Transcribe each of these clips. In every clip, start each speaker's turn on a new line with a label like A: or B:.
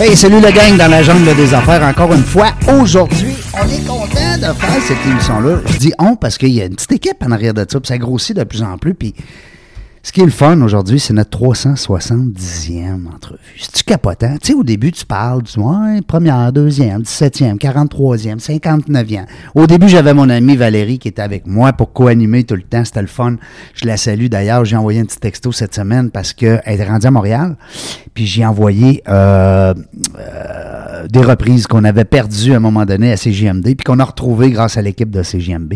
A: Hey, salut le gang dans la jungle des affaires encore une fois. Aujourd'hui, on est content de faire cette émission-là. Je dis on parce qu'il y a une petite équipe en arrière de ça, puis ça grossit de plus en plus. Puis ce qui est le fun aujourd'hui, c'est notre 370e entrevue. C'est-tu capotant? Tu sais, au début, tu parles, tu dis ouais, première, deuxième, 17e, 43e, 59e. Au début, j'avais mon amie Valérie qui était avec moi pour co-animer tout le temps. C'était le fun. Je la salue d'ailleurs. J'ai envoyé un petit texto cette semaine parce qu'elle est rendue à Montréal. Puis j'ai envoyé euh, euh, des reprises qu'on avait perdues à un moment donné à CGMD, puis qu'on a retrouvées grâce à l'équipe de CGMB.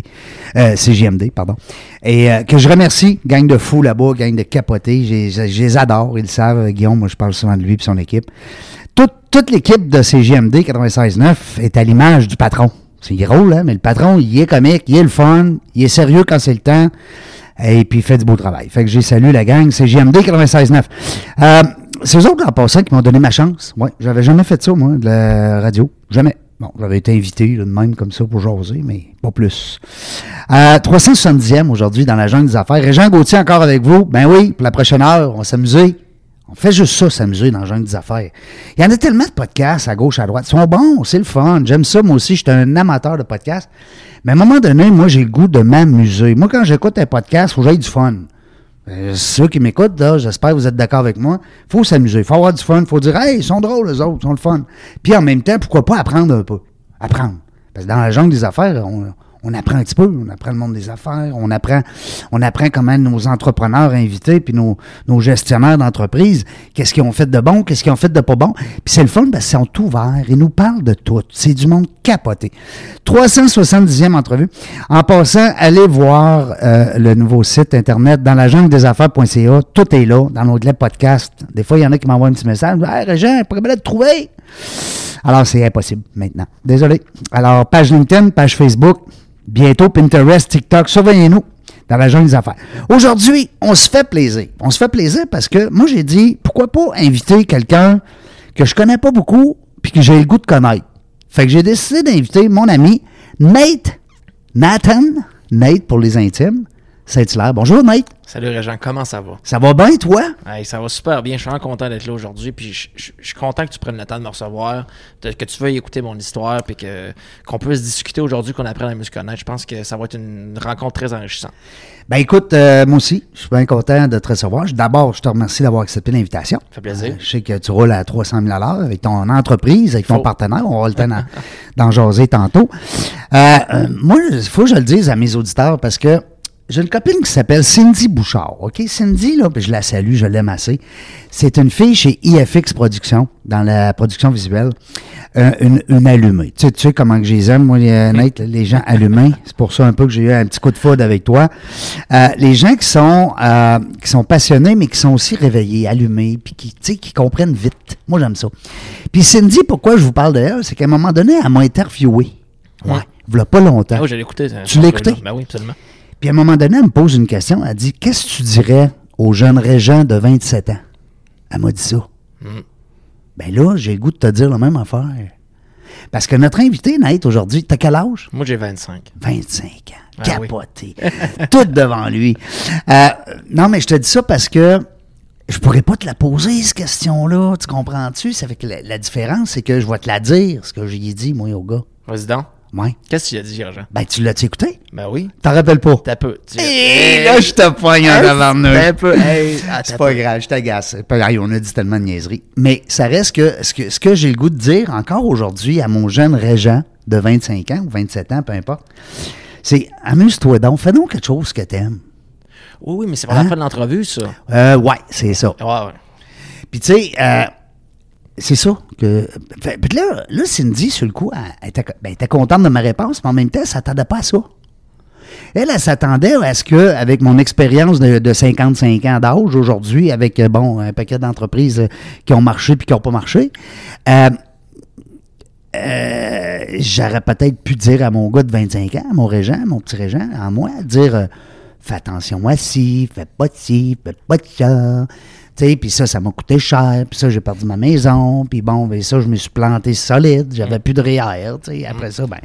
A: Euh, CGMD, pardon. Et euh, que je remercie, gang de fous là-bas, gang de capotés. j'ai- j'ai- Je les adore, ils le savent. Guillaume, moi, je parle souvent de lui et son équipe. Toute, toute l'équipe de CGMD 96.9 est à l'image du patron. C'est drôle, hein? mais le patron, il est comique, il est le fun, il est sérieux quand c'est le temps, et puis il fait du beau travail. Fait que j'ai salué la gang, c'est JMD 96.9. Euh, c'est eux autres, en passant, qui m'ont donné ma chance. Ouais, j'avais jamais fait ça, moi, de la radio. Jamais. Bon, j'avais été invité là, de même comme ça pour jaser, mais pas plus. Euh, 370e aujourd'hui dans la jungle des affaires. Régent Gauthier encore avec vous. Ben oui, pour la prochaine heure, on va s'amuser. On fait juste ça, s'amuser dans le jungle des affaires. Il y en a tellement de podcasts à gauche, à droite. Ils sont bons, c'est le fun. J'aime ça, moi aussi. Je suis un amateur de podcasts. Mais à un moment donné, moi, j'ai le goût de m'amuser. Moi, quand j'écoute un podcast, il faut que j'aille du fun. Euh, ceux qui m'écoutent, là, j'espère que vous êtes d'accord avec moi. faut s'amuser, faut avoir du fun, faut dire Hey, ils sont drôles, les autres, ils sont le fun. Puis en même temps, pourquoi pas apprendre un peu? Apprendre. Parce que dans la jungle des affaires, on, on apprend un petit peu, on apprend le monde des affaires, on apprend, on apprend comment nos entrepreneurs invités, puis nos, nos gestionnaires d'entreprise, qu'est-ce qu'ils ont fait de bon, qu'est-ce qu'ils ont fait de pas bon. Puis c'est le fun parce qu'ils sont ouverts, ils nous parlent de tout. C'est du monde capoté. 370e entrevue. En passant, allez voir euh, le nouveau site internet dans la jungle des affaires.ca. Tout est là, dans l'onglet podcast. Des fois, il y en a qui m'envoient un petit message. Hey, Régent, pourquoi me le trouver? Alors, c'est impossible maintenant. Désolé. Alors, page LinkedIn, page Facebook, bientôt Pinterest, TikTok, surveillez-nous dans la jungle des affaires. Aujourd'hui, on se fait plaisir. On se fait plaisir parce que moi, j'ai dit, pourquoi pas inviter quelqu'un que je connais pas beaucoup puis que j'ai le goût de connaître. Fait que j'ai décidé d'inviter mon ami Nate, Nathan, Nate pour les intimes, Saint-Hilaire. Bonjour Nate,
B: Salut Régent, comment ça va?
A: ça va bien toi?
B: Hey, ça va super bien, je suis vraiment content d'être là aujourd'hui, puis je, je- je suis content que tu prennes le temps de me recevoir, de- que tu veuilles écouter mon histoire, puis que qu'on puisse discuter aujourd'hui, qu'on apprenne à mieux se connaître. Je pense que ça va être une rencontre très enrichissante.
A: Ben écoute, euh, moi aussi, je suis bien content de te recevoir. Je- D'abord, je te remercie d'avoir accepté l'invitation.
B: Ça fait plaisir.
A: Euh, je sais que tu roules à 300 000 à l'heure avec ton entreprise, avec ton
B: Faux.
A: partenaire. On aura le temps d'en- d'en jaser tantôt. Euh, euh, moi, il faut que je le dise à mes auditeurs parce que j'ai une copine qui s'appelle Cindy Bouchard. OK? Cindy, là, puis je la salue, je l'aime assez. C'est une fille chez IFX Productions, dans la production visuelle. Euh, une, une allumée. Tu sais, tu sais comment que je les aime, moi, les, euh, Nate, les gens allumés. C'est pour ça un peu que j'ai eu un petit coup de foudre avec toi. Euh, les gens qui sont, euh, qui sont passionnés, mais qui sont aussi réveillés, allumés, puis qui, tu sais, qui comprennent vite. Moi, j'aime ça. Puis Cindy, pourquoi je vous parle d'elle, c'est qu'à un moment donné, elle m'a interviewé. Ouais. Voilà pas longtemps.
B: Ah oui, je l'ai écouté.
A: Tu l'as écouté?
B: Ben oui, absolument.
A: Puis à un moment donné, elle me pose une question. Elle dit Qu'est-ce que tu dirais aux jeunes régents de 27 ans Elle m'a dit ça. Ben là, j'ai le goût de te dire la même affaire. Parce que notre invité, Nate, aujourd'hui, t'as quel âge
B: Moi, j'ai 25.
A: 25 ans.
B: Ah oui.
A: Capoté. Tout devant lui. Euh, non, mais je te dis ça parce que je pourrais pas te la poser, cette question-là. Tu comprends-tu? Ça fait que la, la différence, c'est que je vais te la dire, ce que j'y ai dit, moi, au gars.
B: Vas-y donc.
A: Ouais.
B: Qu'est-ce que tu as dit, Régent?
A: Ben, tu l'as-tu écouté?
B: Ben oui. Eh,
A: T'en rappelles pas?
B: T'as peu. Tu-
A: Et là, je te poigne en avant
B: Un peu. Hey, ah,
A: C'est
B: t'as
A: pas
B: peu.
A: grave, je t'agace. C'est pas grave, On a dit tellement de niaiseries. Mais ça reste que ce que, ce que j'ai le goût de dire encore aujourd'hui à mon jeune régent de 25 ans ou 27 ans, peu importe, c'est amuse-toi donc, fais donc quelque chose que t'aimes.
B: eh. Oui, oui, mais c'est pour la
A: Hein?
B: fin de l'entrevue, ça. Ouais,
A: Euh, ouais, c'est ça.
B: ouais.
A: Puis tu sais, euh, c'est ça. Que, fait- puis là, là, Cindy, sur le coup, elle, elle était, ben, elle était contente de ma réponse, mais en même temps, elle s'attendait pas à ça. Elle, elle s'attendait à ce que, avec mon expérience de, de 55 ans d'âge aujourd'hui, avec euh, bon un paquet d'entreprises euh, qui ont marché puis qui n'ont pas marché, euh, euh, j'aurais peut-être pu dire à mon gars de 25 ans, à mon régent, mon petit régent, à moi, dire euh, fais attention à ci, fais pas de ci, fais pas de ça. Tu sais, puis ça, ça m'a coûté cher, puis ça, j'ai perdu ma maison, puis bon, ben ça, je me suis planté solide, j'avais plus de REER, tu sais, après ça, ben...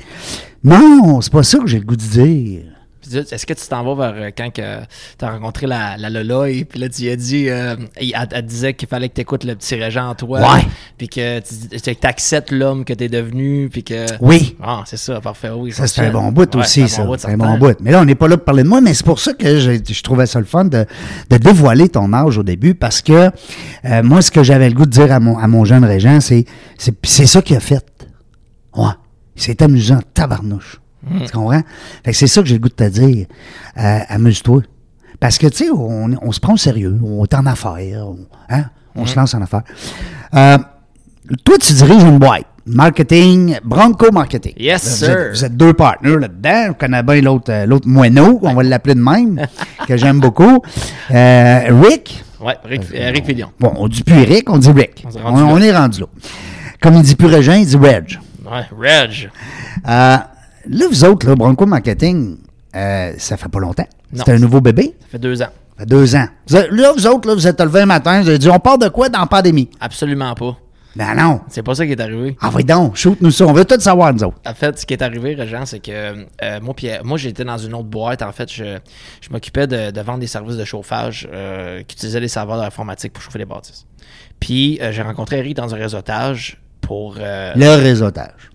A: Non, c'est pas ça que j'ai le goût de dire.
B: Puis là, Est-ce que tu t'en vas vers euh, quand que t'as rencontré la, la Lola et puis là tu lui as dit, euh, il- elle, elle disait qu'il fallait que t'écoutes le petit régent en toi,
A: Ouais.
B: puis que tu que t'acceptes l'homme que t'es devenu, puis que
A: Oui.
B: ah c'est ça parfait oui
A: Ça, c'est un bon bout
B: Ouais,
A: aussi, ça. C'est un bon
B: certain.
A: bout. Mais là, on n'est pas là pour parler de moi, mais c'est pour ça que j'ai- je, trouvais ça le fun de, de dévoiler ton âge au début, parce que euh, moi, ce que j'avais le goût de dire à mon, à mon jeune régent, c'est c'est puis c'est ça qu'il a fait. Ouais. C'est amusant, tabarnouche. Tu comprends? Fait que c'est ça que j'ai le goût de te dire. Euh, Amuse-toi. Parce que, tu sais, on, on se prend au sérieux, on est en affaires, on, hein? on se lance en affaires. Euh, toi, tu diriges une boîte. Marketing, Bronco Marketing.
B: Yes,
A: Vous
B: sir.
A: êtes- vous êtes deux partenaires là-dedans. On connaît bien l'autre, euh, l'autre moineau, on va l'appeler de même, que j'aime beaucoup. Euh, Rick.
B: Ouais, Rick, euh, Rick Fillion.
A: Bon, on dit plus Rick, on dit Rick.
B: On s'est
A: On,
B: rendu là.
A: on est rendu là. Comme il dit plus Régent, il dit Reg.
B: Ouais, Reg.
A: Euh, là, vous autres, le Bronco Marketing, euh, ça fait pas longtemps.
B: Non.
A: C'est un nouveau bébé.
B: Ça fait deux ans.
A: Ça fait deux ans. Vous êtes- là, vous autres, là, vous êtes levé un matin, vous avez dit, on part de quoi dans la pandémie?
B: Absolument pas.
A: Ben non.
B: C'est pas ça qui est arrivé.
A: Ah oui, donc, shoot-nous ça. On veut tout savoir, nous autres.
B: En fait, ce qui est arrivé, Régent, c'est que euh, moi, puis, euh, moi j'étais dans une autre boîte. En fait, je, je m'occupais de, de vendre des services de chauffage euh, qui utilisaient les serveurs informatiques pour chauffer les bâtisses. Puis, euh, j'ai rencontré Eric dans un réseautage pour euh, le...
A: Le réseautage.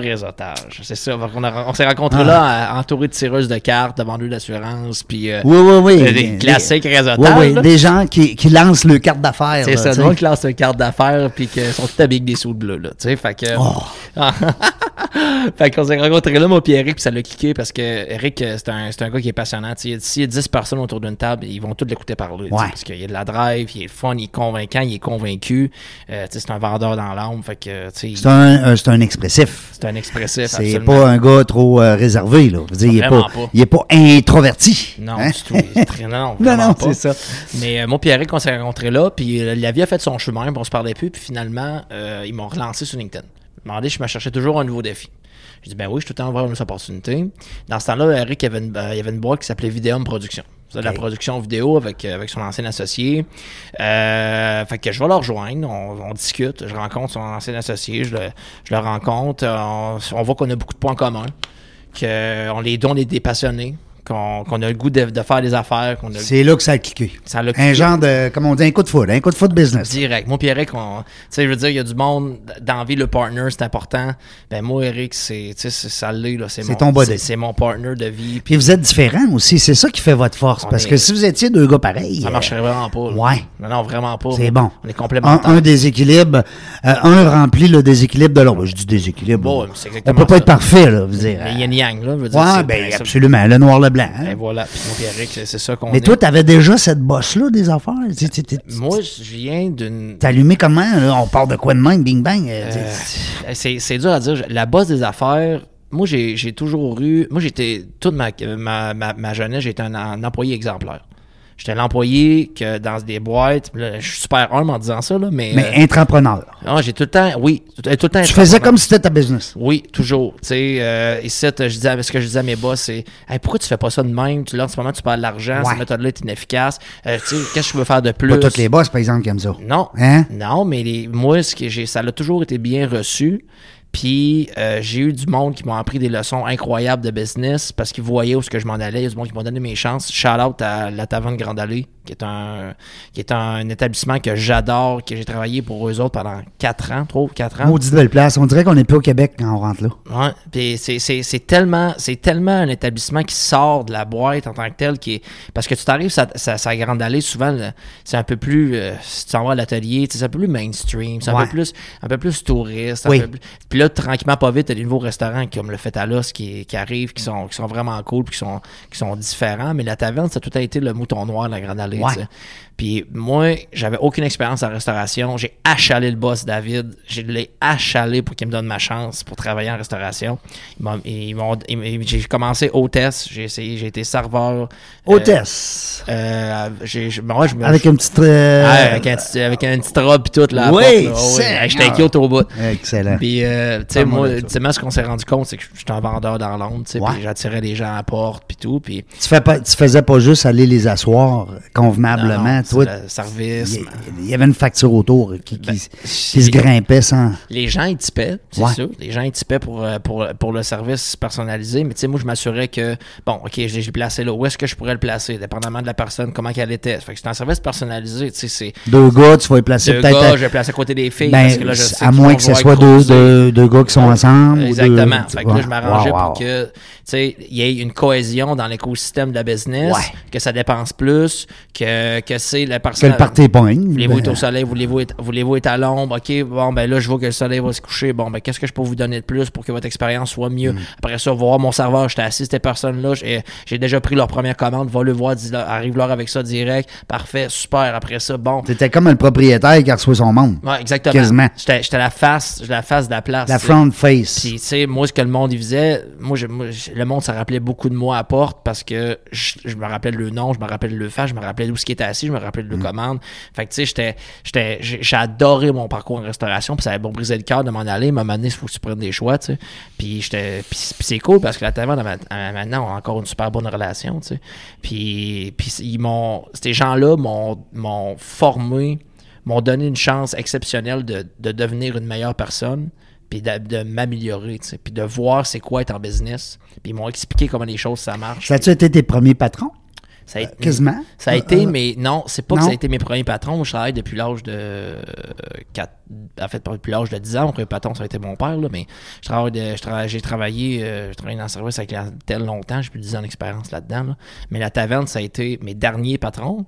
B: réseautage. C'est ça. On, a- on s'est rencontrés là, à- entourés de tireuses de cartes, de vendeurs d'assurance, puis euh,
A: Oui, oui, oui.
B: euh, des
A: Les-
B: classiques
A: Oui,
B: réseautages.
A: oui,
B: là.
A: des gens qui, qui lancent le carte d'affaires.
B: C'est
A: là,
B: ça,
A: tu sais.
B: donc classe de carte d'affaires puis qu'ils sont tout habillés avec des sous bleus là, tu sais, fait que
A: Oh.
B: Ah. fait qu'on s'est rencontrés là moi puis Eric, puis ça l'a cliqué parce que Eric euh, c'est un, c'est un gars qui est passionnant, tu sais, s'il y a 10 personnes autour d'une table, ils vont tous l'écouter parler, tu sais,
A: Ouais.
B: parce qu'il y a de la drive, il est fun, il est convaincant, il est convaincu, euh, tu sais, c'est un vendeur dans l'âme, fait que tu
A: C'est
B: sais,
A: un, un- c'est un expressif.
B: c'est un expressif
A: C'est
B: absolument.
A: pas un gars trop euh, réservé, là. Je veux dire, il est
B: Vraiment
A: pas,
B: pas.
A: il est pas introverti.
B: Non,
A: Hein?
B: du tout. il est très- Non,
A: Non,
B: vraiment
A: non,
B: pas.
A: c'est ça.
B: Mais euh, moi, Pierre, on s'est rencontrés là, puis euh, la vie a fait son chemin, puis on se parlait plus, puis finalement, euh, ils m'ont relancé sur LinkedIn. Ils m'ont demandé, je me cherchais toujours un nouveau défi. J'ai dit, ben oui, je suis tout le temps ouvert à une opportunité. Dans ce temps-là, Eric, il y avait une, euh, il y avait une boîte qui s'appelait Videum Production. C'était de la
A: Ok.
B: production vidéo avec, euh, avec son ancien associé. Euh, fait que je vais le rejoindre, on, on discute, je rencontre son ancien associé, je le, je le rencontre, euh, on, on voit qu'on a beaucoup de points communs, qu'on les dons, on est des passionnés, qu'on qu'on a le goût de, de faire des affaires, qu'on a le
A: C'est là que ça a cliqué.
B: ça l'a
A: Un genre de, comme on dit, un coup de foot, un coup de foot business.
B: direct. Moi, puis Eric, on- tu sais, je veux dire, il y a du monde dans la vie, le partner, c'est important. Ben, moi, Eric, c'est, tu sais, c'est- ça l'est, là. C'est
A: C'est
B: mon-
A: ton body.
B: C'est, c'est mon partner de vie. Puis
A: Puis vous êtes différents aussi, c'est ça qui fait votre force.
B: On
A: parce
B: est-
A: que si vous étiez deux gars pareils,
B: ça
A: euh,
B: marcherait vraiment pas. là.
A: ouais.
B: Non, non, vraiment pas.
A: c'est bon.
B: Oh, On est
A: Un,
B: complémentaires.
A: un déséquilibre, euh, un remplit le déséquilibre de l'autre. Je dis déséquilibre.
B: Bon,
A: là.
B: mais c'est
A: on
B: exactement
A: peut pas
B: ça.
A: être parfait, là, je veux dire.
B: Mais yin yang, là. Je veux dire,
A: Ouais,
B: c'est-
A: ben
B: ça-
A: absolument, le noir, le blanc. hein.
B: ben, voilà. Puis moi, puis Eric, c'est, c'est ça qu'on
A: Mais
B: est.
A: toi, t'avais déjà cette bosse-là des affaires. Tu- tu- tu-
B: Moi, je viens d'une.
A: T'as allumé comment? là? On part de quoi de même? Bing bang? euh, tu-
B: Euh, c'est, c'est dur à dire. La bosse des affaires, moi, j'ai, j'ai toujours eu. Moi, j'étais. Toute ma, ma, ma, ma jeunesse, j'étais un, un employé exemplaire. J'étais l'employé que dans des boîtes. là, je suis super humble en disant ça, là, mais.
A: Mais
B: euh,
A: entrepreneur.
B: non, j'ai tout le temps. Oui, tout, euh, tout le temps.
A: Tu faisais comme si c'était ta business.
B: Oui, toujours. Tu sais, euh, ici, t- je disais, à- ce que je disais à mes boss, c'est Hey, pourquoi tu fais pas ça de même Tu là, en ce moment, tu perds de l'argent,
A: Ouais.
B: cette méthode-là est inefficace. Euh, tu sais, qu'est-ce que je veux faire de plus
A: Pas toutes les bosses, par exemple, comme ça.
B: non.
A: Hein?
B: Non, mais les, moi, ce que j'ai, ça a toujours été bien reçu. Puis euh, j'ai eu du monde qui m'a appris des leçons incroyables de business parce qu'ils voyaient où ce que je m'en allais. Il y a du monde qui m'a donné mes chances. Shout out à la Taverne Grande Allée qui est un, qui est un établissement que j'adore, que j'ai travaillé pour eux autres pendant 4 ans, 3 ou 4 ans.
A: Hein, Maudite belle place. On dirait qu'on n'est plus au Québec quand on rentre là.
B: Ouais. Puis c'est- c'est c'est tellement, c'est tellement un établissement qui sort de la boîte en tant que tel. Qui est, parce que tu t'arrives ça ça ça grande allée, souvent, là, c'est un peu plus. euh, si tu t'en vas à l'atelier, tu sais, c'est un peu plus mainstream, c'est un,
A: Ouais.
B: peu plus, un peu plus touriste. un
A: Oui.
B: peu plus- Puis là, tranquillement, pas vite, tu as des nouveaux restaurants comme le Fetalos qui, qui arrivent, qui sont, qui sont vraiment cool, puis qui sont, qui sont différents. Mais la taverne, ça a tout a été le mouton noir de la grande allée.
A: Ouais.
B: tu sais. Puis moi, j'avais aucune expérience en restauration. J'ai achalé le boss David. Je l'ai achalé pour qu'il me donne ma chance pour travailler en restauration. Ils m'ont- ils m'ont- ils m'ont- j'ai commencé hôtesse. J'ai essayé, j'ai été serveur. euh,
A: Hôtesse.
B: euh, j'ai- j'ai- moi, je me-
A: avec
B: je-
A: une petite. euh,
B: Ouais, avec, un petit- avec une petite robe pis tout là. à la
A: Oui,
B: porte, là. Oh,
A: Seigneur.
B: ouais. J'étais inquiet au bout.
A: Excellent.
B: Puis, euh, tu sais,
A: Parle-moi
B: moi,
A: de ça.
B: ultimement, ce qu'on s'est rendu compte, c'est que j'étais un vendeur dans l'ombre, tu sais,
A: Ouais.
B: puis j'attirais les gens à la porte, puis tout, puis
A: Tu, fais pas, tu faisais pas juste aller les asseoir
B: Non,
A: convenablement.
B: non,
A: Toi,
B: Ah, c'est le service.
A: il y, il y avait une facture autour qui, qui, qui se
B: j'ai-
A: grimpait sans.
B: Les gens, ils tipaient, c'est
A: Ouais.
B: sûr. Les gens, ils tipaient pour, euh, pour, pour le service personnalisé. Mais tu sais, moi, je m'assurais que, bon, OK, je l'ai je l'ai placé là. Où est-ce que je pourrais le placer, dépendamment de la personne, comment qu'elle était? Fait que c'est un service personnalisé. Tu sais, c'est
A: Deux gars, tu vas les placer
B: deux
A: peut-être.
B: gars,
A: à-
B: je le place à côté des filles.
A: ben,
B: parce que là, je sais
A: à
B: qu'ils
A: moins
B: vont
A: que ce
B: vouloir
A: soit deux,
B: creuser.
A: deux, deux gars qui sont ensemble. ou deux-
B: Exactement. Fait que là, je
A: Ouais.
B: m'arrangeais
A: Wow, wow.
B: pour que, tu sais, il y ait une cohésion dans l'écosystème de la business,
A: Ouais.
B: que ça dépense plus, que, que c'est la
A: Que
B: personne.
A: le party pogne.
B: Voulez-vous
A: ben,
B: être au soleil, voulez-vous être, voulez-vous être à l'ombre, ok, bon ben là je vois que le soleil va se coucher, bon ben qu'est-ce que je peux vous donner de plus pour que votre expérience soit mieux.
A: Mm.
B: Après ça, voir mon serveur, j'étais assis, ces personnes-là, j'ai, j'ai déjà pris leur première commande, va le voir, dis- arrive leur avec ça direct, parfait, super, après ça, bon.
A: T'étais comme le propriétaire qui reçoit son monde.
B: Ouais, exactement.
A: Quasiment.
B: J'étais, j'étais la face, j'étais la face de la place.
A: La
B: tu sais.
A: front face.
B: Puis, tu sais, moi, ce que le monde, il faisait, moi, je- moi, je- le monde, ça rappelait beaucoup de moi à porte parce que je, je me rappelais le nom, je me rappelais le fait, je me rappelais d'où ce qui était assis, je me rappelais de le commande. Fait que, tu sais, j'étais, j'étais, j'ai j'ai adoré mon parcours en restauration, puis ça avait bon brisé le cœur de m'en aller, mais à un moment donné, il faut que tu prennes des choix, tu sais. Puis, j'étais, puis c'est- puis c'est cool parce que la taverne, elle m'a- elle- maintenant, on a encore une super bonne relation, tu sais. Puis, puis ils m'ont, ces gens-là m'ont, m'ont formé m'ont donné une chance exceptionnelle de, de devenir une meilleure personne, puis de, de m'améliorer, tu sais, puis de voir c'est quoi être en business. Puis ils m'ont expliqué comment les choses, ça marche.
A: Ça a-tu été tes premiers patrons?
B: Ça a été,
A: quasiment.
B: Ça a
A: Euh,
B: été,
A: euh,
B: mais non, c'est pas
A: non.
B: que ça a été mes premiers patrons. Moi, Je travaille depuis l'âge de euh, quatre- en fait, pas depuis l'âge de 10 ans. Mon premier patron, ça a été mon père, là, mais je travaille de- je travaille- j'ai travaillé, euh, je travaille dans le service avec la telle longtemps. J'ai plus de 10 ans d'expérience là-dedans, là. Mais la taverne, ça a été mes derniers patrons.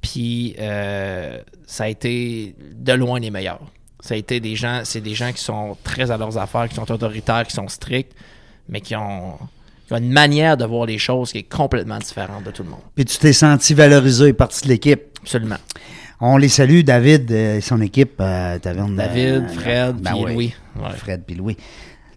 B: Puis euh, ça a été de loin les meilleurs. Ça a été des gens, c'est des gens qui sont très à leurs affaires, qui sont autoritaires, qui sont stricts, mais qui ont, qui ont une manière de voir les choses qui est complètement différente de tout le monde.
A: Puis tu t'es senti valorisé et partie de l'équipe.
B: Absolument.
A: On les salue, David euh, et son équipe. euh, Taverne,
B: David,
A: euh,
B: Fred,
A: ben
B: puis
A: oui.
B: Louis. Ouais.
A: Fred puis Louis.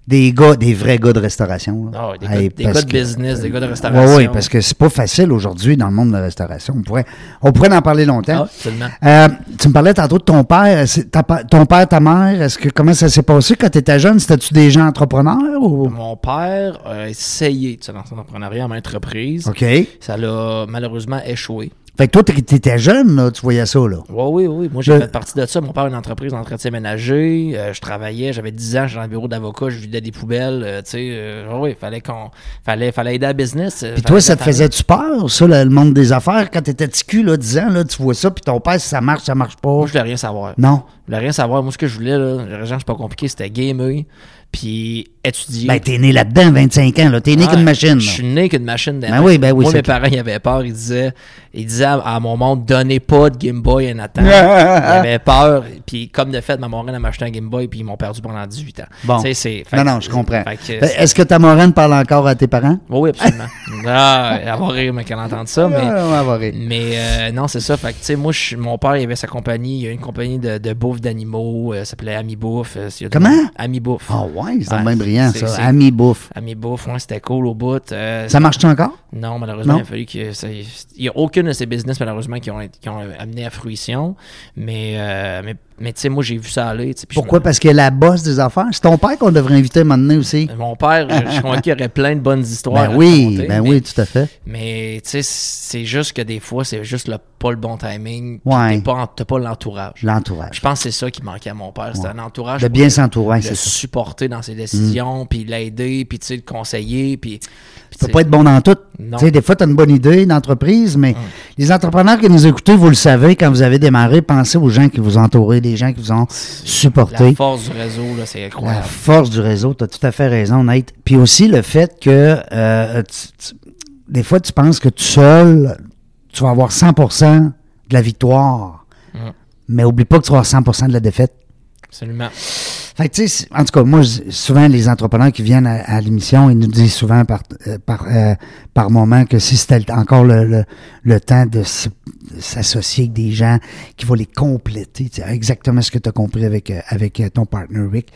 A: Des gars, des vrais gars de restauration. là.
B: Ah ouais, des,
A: Hey,
B: gars, des
A: parce
B: gars de
A: que-
B: business, des gars de
A: Oui,
B: restauration.
A: oui, parce que c'est pas facile aujourd'hui dans le monde de la restauration. On pourrait, on pourrait en parler
B: Ah,
A: longtemps.
B: absolument.
A: Euh, tu me parlais tantôt de ton père. C'est ta pa- ton père, ta mère, est-ce que comment ça s'est passé quand tu étais jeune? C'était-tu des gens entrepreneurs ou.
B: Mon père a essayé de se lancer en entrepreneuriat à maintes reprises.
A: OK. Fait
B: Ça l'a malheureusement échoué.
A: que toi, t'é- t'étais jeune, là, tu voyais ça, là.
B: Oui, oui, oui. Moi, j'ai
A: Le-
B: fait partie de ça. Mon père a une entreprise d'entretien ménager. Euh, je travaillais, j'avais 10 ans, j'étais dans le bureau d'avocat, je vidais des poubelles. euh, tu sais, euh, ouais, ouais, fallait qu'on. Fallait, fallait aider à la business.
A: Puis toi, ça te faisait-tu peur, ça, le, le monde des affaires? Quand t'étais petit cul, là, 10 ans, là, tu vois ça, puis ton père, si ça marche, ça marche pas.
B: Moi, je voulais rien savoir.
A: Non.
B: Je voulais rien savoir. Moi, ce que je voulais, là, le régent, c'est pas compliqué, c'était gamer, puis étudier.
A: Ben, t'es né là-dedans, 25 ans, là. T'es né
B: Ouais,
A: qu'une machine.
B: Ah, Je suis né qu'une machine.
A: Ben oui, ben oui,
B: Moi,
A: c'est
B: mes
A: clair.
B: parents, ils avaient peur. Ils disaient, ils disaient à, à mon monde, donnez pas de Game Boy à Nathan. ils avaient peur. Puis, comme de fait, ma marraine elle m'a acheté un Game Boy, puis ils m'ont perdu pendant 18 ans.
A: Bon.
B: Tu sais, c'est. fait
A: Non,
B: que-
A: non, je comprends. Ben,
B: fait que-
A: Fait- Est-ce que ta moraine parle encore à tes parents?
B: Oui, oui, absolument. ah, elle va rire, mais qu'elle entend ça. Mais,
A: Ah, on va voir.
B: mais euh, non, c'est ça. Fait que, tu sais, moi, je suis- mon père, il avait sa compagnie. Il y a une compagnie de, de bouffe d'animaux. euh, ça s'appelait Ami Bouffe. euh, s'il y a du
A: Comment?
B: monde- Ami Bouffe.
A: Ah ouais, c'est
B: Ouais,
A: bien brillant,
B: c'est- c'est-
A: ça. Ami bouffe.
B: Ami Bouffe, ouais, c'était cool au bout. euh,
A: Ça marche-tu encore?
B: Non, malheureusement,
A: Non.
B: il a fallu que ça. Il n'y a aucune de ces business, malheureusement, qui ont, été- qui ont euh, amené à fruition. Mais, euh, mais, mais tu sais, moi, j'ai vu ça aller. tu sais, puis je
A: Pourquoi?
B: me-
A: Parce que la bosse des affaires, c'est ton père qu'on devrait inviter maintenant aussi.
B: Mon père, je, je suis convaincu qu'il y aurait plein de bonnes histoires.
A: Ben
B: à
A: oui,
B: raconter,
A: ben
B: mais-
A: oui, tout à fait.
B: Mais tu sais, c'est juste que des fois, c'est juste le, pas le bon timing. puis
A: Ouais.
B: T'es pas, en- t'as pas l'entourage. Je
A: L'entourage.
B: pense que c'est ça qui manquait à mon père. C'était un entourage.
A: De
B: pour
A: Ben, bien
B: le-
A: s'entourer,
B: le
A: c'est ça.
B: supporter dans ses décisions, puis l'aider, puis tu sais, le conseiller, puis.
A: Tu peux pas être bon dans tout.
B: Non. Hum.
A: Tu sais, des fois, tu as une bonne idée d'entreprise, mais Les entrepreneurs qui nous écoutez, vous le savez, quand vous avez démarré, pensez aux gens qui vous entourez, les gens qui vous ont supporté.
B: La force du réseau, là, c'est
A: La
B: incroyable.
A: force du réseau, tu as tout à fait raison, Nate. Puis aussi le fait que euh, tu- tu- des fois, tu penses que tout seul, tu vas avoir 100% de la victoire. Mais oublie pas que tu vas avoir 100% de la défaite.
B: Absolument.
A: Fait que, tu sais, c'est- en tout cas, moi, je- souvent, les entrepreneurs qui viennent à, à l'émission, ils nous disent souvent par, euh, par, euh, par moment que si c'était le- encore le, le, le temps de s- de s'associer avec des gens qui vont les compléter, tu sais, exactement ce que tu as compris avec, euh, avec euh, ton partner, Rick.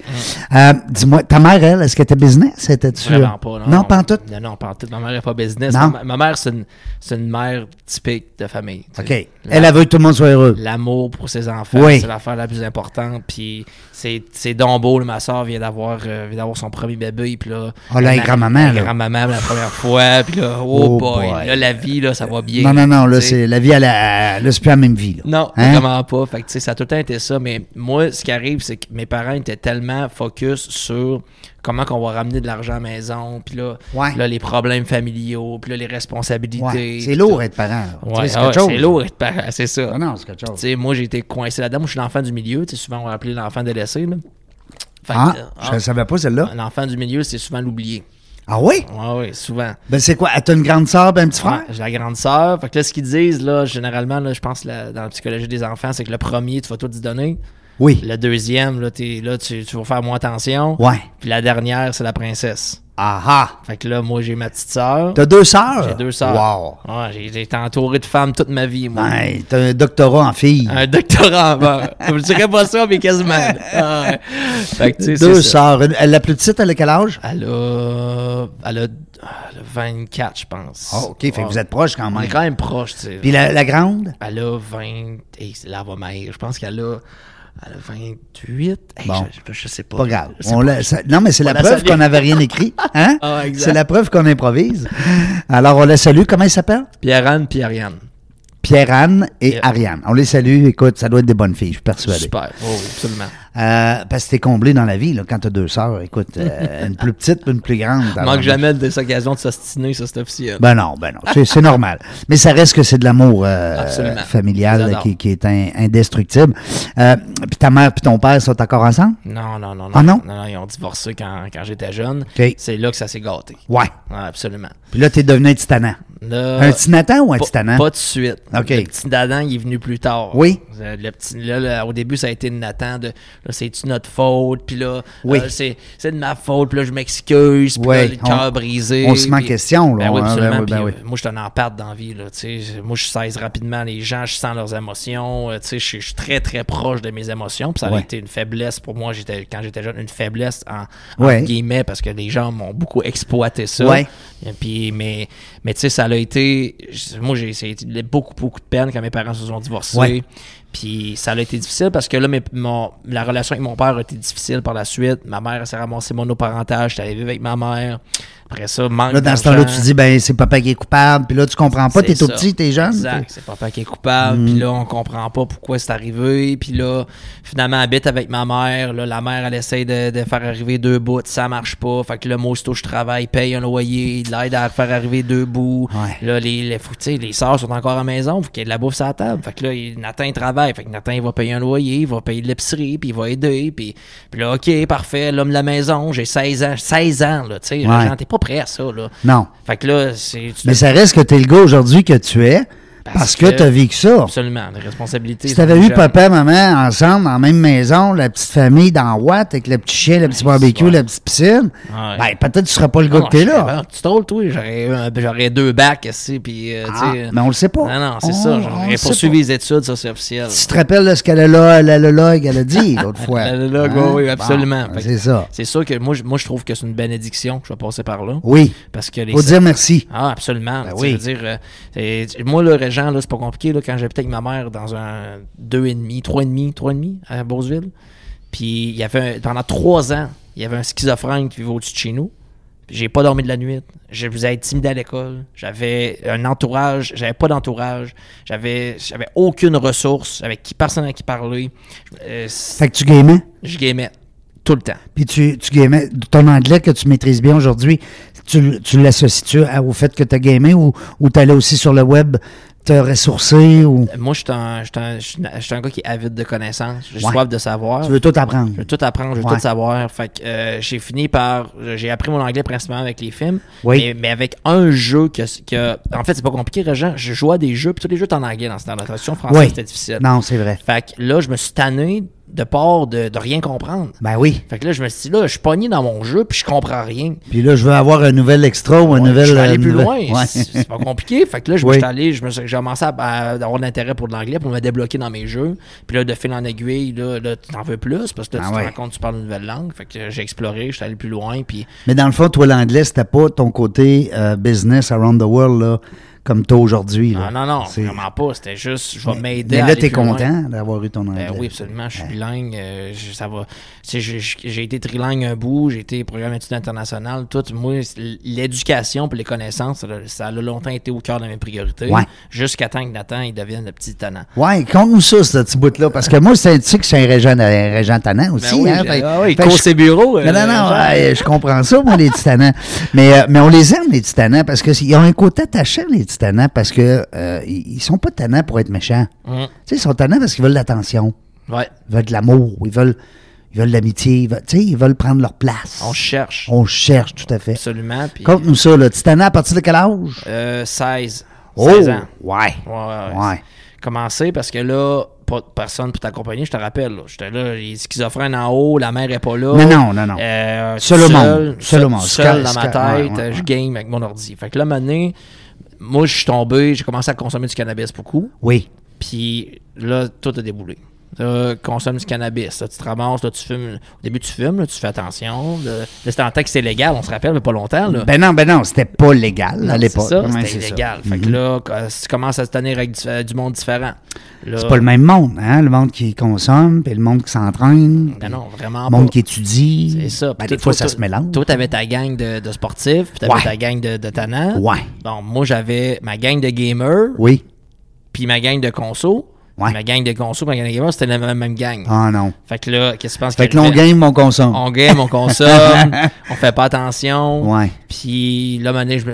A: Euh, Dis-moi, ta mère, elle, est-ce qu'elle était business? Était-tu,
B: Vraiment
A: euh,
B: pas. Non,
A: Non, pas en tout.
B: Non, non, pas en tout. Ma mère n'est pas business.
A: Non.
B: Ma, ma mère, c'est une, c'est une mère typique de famille. tu
A: OK.
B: sais. La-
A: Elle, elle veut que tout le monde soit heureux.
B: L'amour pour ses enfants,
A: Oui.
B: c'est l'affaire la plus importante. Puis c'est, c'est donc beau, là, ma soeur vient d'avoir, euh, vient d'avoir son premier bébé. Puis là,
A: Ah, là, elle est
B: ma-
A: grand-maman,
B: elle est
A: là.
B: grand-maman la première fois. Puis là, oh,
A: Oh
B: boy,
A: boy.
B: là, la vie, là, ça va bien.
A: Non, non, non, là,
B: tu sais.
A: c'est la vie, elle, a- là, c'est plus la même vie. Là.
B: Non,
A: Hein?
B: vraiment pas. Fait que, tu sais, ça a tout le temps été ça. Mais moi, ce qui arrive, c'est que mes parents étaient tellement focus sur comment qu'on va ramener de l'argent à la maison, puis là,
A: Ouais.
B: là, les problèmes familiaux, puis là, les responsabilités.
A: Ouais.
B: puis
A: C'est lourd
B: tout.
A: être parent. là. Tu sais,
B: Ouais,
A: c'est
B: ah ouais,
A: quelque chose.
B: c'est lourd être parent, c'est ça.
A: Ah non, c'est quelque chose.
B: Tu sais, moi, j'ai été coincé là-dedans. Moi, je suis l'enfant du milieu. Tu sais, souvent, on va appeler l'enfant délaissé. Là. Fait que,
A: Ah,
B: euh,
A: je ne savais pas celle-là.
B: ah, l'enfant du milieu, c'est souvent l'oublié.
A: Ah oui?
B: Ouais, ouais, souvent.
A: Ben c'est quoi? T'as une grande sœur, ben un petit frère?
B: Ouais, j'ai la grande sœur. Fait que là, ce qu'ils disent, là, généralement, là, je pense, là, dans la psychologie des enfants, c'est que le premier, tu vas tout te donner.
A: Oui.
B: Le deuxième, là, t'es- là tu, tu vas faire moins attention.
A: Ouais.
B: Puis la dernière, c'est la princesse.
A: Ah ah.
B: Fait que là, moi, j'ai ma petite sœur.
A: T'as deux sœurs?
B: J'ai deux sœurs.
A: Wow.
B: Ouais, j'ai j'ai été entouré de femmes toute ma vie, moi.
A: Ben, t'as un doctorat en filles.
B: Un doctorat en beurre. Je dirais pas ça, mais quasiment. Ouais. Fait que, tu sais, c'est
A: deux
B: ça.
A: sœurs. Une- La plus petite, elle a quel âge?
B: Elle a, elle a, elle a 24, je pense.
A: Ah, OK, fait que
B: Ouais.
A: vous êtes proches quand
B: On est
A: même.
B: quand même proche, tu sais.
A: Puis la, la grande?
B: Elle a 20. Hey, c'est là, elle va maigre. Je pense qu'elle a, elle a 28. Hey,
A: Bon.
B: je, je- je sais pas.
A: Pas grave.
B: Je sais
A: On la- ça- non, mais c'est la
B: On la
A: preuve
B: salue.
A: qu'on n'avait rien écrit. Hein?
B: Ah, exact.
A: c'est la preuve qu'on improvise. Alors, on la salue. Comment elle s'appelle?
B: Pierre-Anne, Pierre-Yann.
A: Pierre-Anne et
B: Yep.
A: Ariane. On les salue. Écoute, ça doit être des bonnes filles, je suis persuadé.
B: Super. Oh, oui, absolument.
A: Euh, parce que t'es comblé dans la vie, là, quand t'as deux sœurs. Écoute, euh, une plus petite, une plus grande. Alors,
B: Manque jamais des occasions de s'ostiner, ça, c'est officiel.
A: Ben non, ben non, c'est- c'est normal. Mais ça reste que c'est de l'amour euh,
B: Absolument.
A: familial
B: J'adore.
A: qui, qui est in- indestructible. Euh, puis ta mère puis ton père sont encore ensemble?
B: Non, non, non, non.
A: Ah, non?
B: Non, ils ont divorcé quand, quand j'étais jeune.
A: OK.
B: C'est là que ça s'est gâté.
A: Ouais.
B: Ouais, absolument.
A: Puis là, t'es devenu un titanant.
B: Là,
A: un titanant ou un
B: Euh, pas-
A: titanant?
B: Pas de suite.
A: OK.
B: Le petit Nathan, il est venu plus tard.
A: Oui.
B: Euh, Le petit, là, là, au début, ça a été une Nathan de là, c'est-tu notre faute? Puis là,
A: Oui.
B: euh, c'est c'est de ma faute, puis là, je m'excuse, puis là,
A: Oui,
B: le cœur
A: on-
B: brisé.
A: on se met en
B: puis-
A: question, là,
B: Ben oui,
A: hein,
B: absolument.
A: ben oui,
B: puis,
A: ben oui.
B: euh, moi, je t'en en perte dans la vie, là, tu sais. Moi, je saisis rapidement les gens, je sens leurs émotions, euh, tu sais, je suis- je suis très, très proche de mes émotions, puis ça a
A: Ouais.
B: été une faiblesse pour moi j'étais- quand j'étais jeune, une faiblesse en, en
A: Ouais.
B: guillemets, parce que les gens m'ont beaucoup exploité ça.
A: Ouais.
B: Et Euh, Puis, mais mais tu sais, ça a été. je- Moi, j'ai essayé beaucoup, beaucoup de peine quand mes parents se sont divorcés.
A: Ouais.
B: Puis ça a été difficile parce que là, mes- mon- la relation avec mon père a été difficile par la suite. Ma mère elle s'est ramassée monoparentale. J'étais allé vivre avec ma mère. Après ça, manque
A: Là, dans ce temps-là,
B: d'argent.
A: tu dis, ben c'est papa qui est coupable. Puis là, tu comprends pas, t'es
B: C'est
A: tout
B: ça.
A: petit, t'es jeune.
B: Exact. C'est papa qui est coupable. Puis là, on comprend pas pourquoi c'est arrivé. Puis là, finalement, elle habite avec ma mère. Là, la mère, elle essaye de, de faire arriver deux bouts. Ça marche pas. Fait que là, moi, aussitôt, je travaille, paye un loyer, l'aide à faire arriver deux bouts.
A: Ouais.
B: Là, les, les, faut- tu sais, les sœurs sont encore à la maison. Faut qu'il y ait de la bouffe sur la table. Fait que là, il- Nathan, il travaille. Fait que Nathan, il va payer un loyer, il va payer de l'épicerie, puis il va aider. Puis, puis là, OK, parfait. L'homme de la maison, j'ai 16 ans. 16 ans, là, tu sais.
A: Ouais.
B: genre, T'es pas prêt à ça, là.
A: Non.
B: Fait que là, c'est. tu
A: Mais ça reste que t'es le gars aujourd'hui que tu es parce, que,
B: que-
A: t'as vécu ça.
B: Absolument, les responsabilités.
A: Si
B: sont
A: t'avais eu
B: déjà-
A: papa, maman ensemble, dans la même maison, la petite famille dans Watt, avec le petit chien, le petit barbecue,
B: ouais.
A: la petite piscine,
B: Ouais.
A: ben peut-être tu serais pas le gars
B: Non,
A: que t'es
B: je
A: là.
B: serais- ben, Tu t'aules, toi, j'aurais eu un- j'aurais deux bacs, ici, puis. euh, tu
A: Ah,
B: sais,
A: mais on le sait pas.
B: Non, non, c'est
A: On-
B: ça.
A: on
B: J'aurais
A: le sait
B: poursuivi
A: pas.
B: les études, ça, c'est officiel.
A: Tu te rappelles de ce qu'elle a là, elle a là, là, qu'elle a dit l'autre fois.
B: Là, là, là,
A: Hein?
B: go, oui,
A: Bon,
B: absolument. Fait que
A: c'est ça.
B: C'est sûr que moi, je- moi, je trouve que c'est une bénédiction que je vais passer par là.
A: Oui.
B: Parce que les
A: Faut dire merci.
B: Ah, absolument.
A: Ben
B: Tu sais,
A: oui.
B: je veux dire, euh, et- moi, le Régent, là, c'est pas compliqué. Là, quand j'habitais avec ma mère dans un 2,5, 3,5, 3,5 à Beauceville, puis il y avait un- pendant trois ans, il y avait un schizophrène qui vivait au-dessus de chez nous. Puis J'ai pas dormi de la nuit. Je vous ai intimidé à l'école. J'avais un entourage. J'avais pas d'entourage. J'avais j'avais aucune ressource. Avec qui personne à qui parler. Je- euh,
A: Fait que tu gamais.
B: je gamais tout le temps.
A: Puis tu, tu gamais. Ton anglais que tu maîtrises bien aujourd'hui, tu, tu l'associes-tu à- au fait que tu as gamé ou, ou tu allais aussi sur le web te ressourcer ou.
B: Moi, je suis un, je suis un- je suis un- je suis un gars qui est avide de connaissances. J'ai
A: Ouais.
B: soif de savoir.
A: Tu veux tout apprendre.
B: Je veux tout apprendre, je veux
A: Ouais.
B: tout savoir. Fait que euh, j'ai fini par. J'ai appris mon anglais principalement avec les films.
A: Oui.
B: Mais, mais avec un jeu que, que- En fait, c'est pas compliqué, Régent. Je jouais à des jeux, puis tous les jeux étaient en anglais dans ce temps La traduction française,
A: Oui.
B: c'était difficile.
A: Non, c'est vrai.
B: Fait que là, je me suis tanné de peur de, de rien comprendre.
A: Ben oui.
B: Fait que là, je me suis dit, là, je suis pogné dans mon jeu, puis je comprends rien.
A: Puis là, je veux avoir un nouvel extra ou un nouvel.
B: je suis allé
A: euh,
B: plus
A: nouvel-
B: loin.
A: Ouais.
B: C'est c'est pas compliqué. Fait que là, je me
A: Oui.
B: suis allé, je me suis- j'ai commencé à, à avoir de l'intérêt pour de l'anglais pour me débloquer dans mes jeux. Puis là, de fil en aiguille, là, là, tu t'en veux plus parce que là,
A: Ah
B: tu
A: ouais.
B: te rends compte que tu parles une nouvelle langue. Fait que euh, j'ai exploré, je suis allé plus loin. Puis
A: Mais dans le fond, toi, l'anglais, c'était pas ton côté euh, business around the world, là, comme toi aujourd'hui. là.
B: Ah, non, non, non,
A: Ah, C'est-
B: vraiment pas. C'était juste, je vais m'aider.
A: Mais
B: à
A: là,
B: aller
A: t'es
B: plus loin.
A: content d'avoir eu ton anglais.
B: Ben oui, absolument. Je suis bilingue. euh, je- ça va. Tu sais, je- je- J'ai été trilingue un bout. J'ai été programme d'études internationales. Tout. Moi, c'est l- l'éducation puis les connaissances, ça l'a- ça a longtemps été au cœur de mes priorités.
A: Ouais.
B: Jusqu'à temps que Nathan il devienne le petit tannant.
A: Ouais, compte-nous ça, ce petit bout-là. Parce que moi, c'est un petit que c'est un régent, un régent tannant aussi.
B: oui,
A: hein,
B: je-
A: fait-
B: ah oui, il
A: fait
B: court
A: je-
B: ses bureaux, euh,
A: Non, non, non,
B: genre.
A: ouais, je comprends ça, moi, les titanants. Mais, euh, mais on les aime, les titanants, parce qu'ils ont un côté attachant, les titanants, parce que euh, ils ils sont pas tannants pour être méchants.
B: Hum.
A: Tu sais, ils sont tannants parce qu'ils veulent l'attention,
B: Ouais.
A: ils veulent de l'amour, ils veulent ils veulent de l'amitié, ils veulent- tu sais, ils veulent prendre leur place.
B: On cherche.
A: On cherche, tout à fait.
B: Absolument. Puis,
A: Compte-nous ça, là. Titanant, à partir de quel âge?
B: euh, 16.
A: Oh,
B: 16 ans.
A: ouais.
B: Ouais, ouais, ouais.
A: Ouais.
B: Commencer parce que là, pas de personne pour t'accompagner, je te rappelle. là. J'étais là, les schizophrènes en haut, la mère est pas là.
A: Mais non, non, non.
B: Euh,
A: Seul au monde.
B: Seul,
A: Seul au monde.
B: seul dans
A: Sca-
B: ma tête,
A: sca- ouais, ouais,
B: euh, je
A: ouais.
B: game avec mon ordi. Fait que là, maintenant, moi, je suis tombé, j'ai commencé à consommer du cannabis beaucoup.
A: Oui.
B: Puis là, tout a déboulé. Là, consomme du cannabis, là, tu te ramasses, là, tu fumes. Au début, tu fumes, là, tu fais attention. Là, Là, c'était en temps que c'était légal, on se rappelle, mais pas longtemps. Là.
A: Ben non, ben non, c'était pas légal à
B: Non,
A: l'époque.
B: C'est ça,
A: Ouais,
B: c'était
A: c'est ça. Mm-hmm.
B: illégal. Fait que là, quand- si tu commences à te tenir avec du, euh, du monde différent. là-
A: C'est pas le même monde, hein? Le monde qui consomme, puis le monde qui s'entraîne.
B: Ben non, vraiment
A: Le monde
B: pas.
A: qui étudie.
B: C'est ça.
A: Ben,
B: Puis
A: des
B: toi,
A: fois,
B: toi,
A: ça
B: toi-
A: se mélange.
B: Toi, t'avais ta gang de, de sportifs, puis t'avais
A: Ouais.
B: ta gang de, de tannants.
A: Ouais.
B: Donc, moi, j'avais ma gang de gamers,
A: Oui.
B: puis ma gang de conso.
A: Ouais.
B: Puis Ma gang de conso, ma gang de gamers, c'était la même, même gang.
A: Ah non.
B: Fait que là, qu'est-ce que tu penses
A: Fait que
B: qu'il
A: là, on
B: arrivait?
A: game, on consomme.
B: on game, on consomme, on fait pas attention.
A: Ouais.
B: Puis là, un moment donné, je me-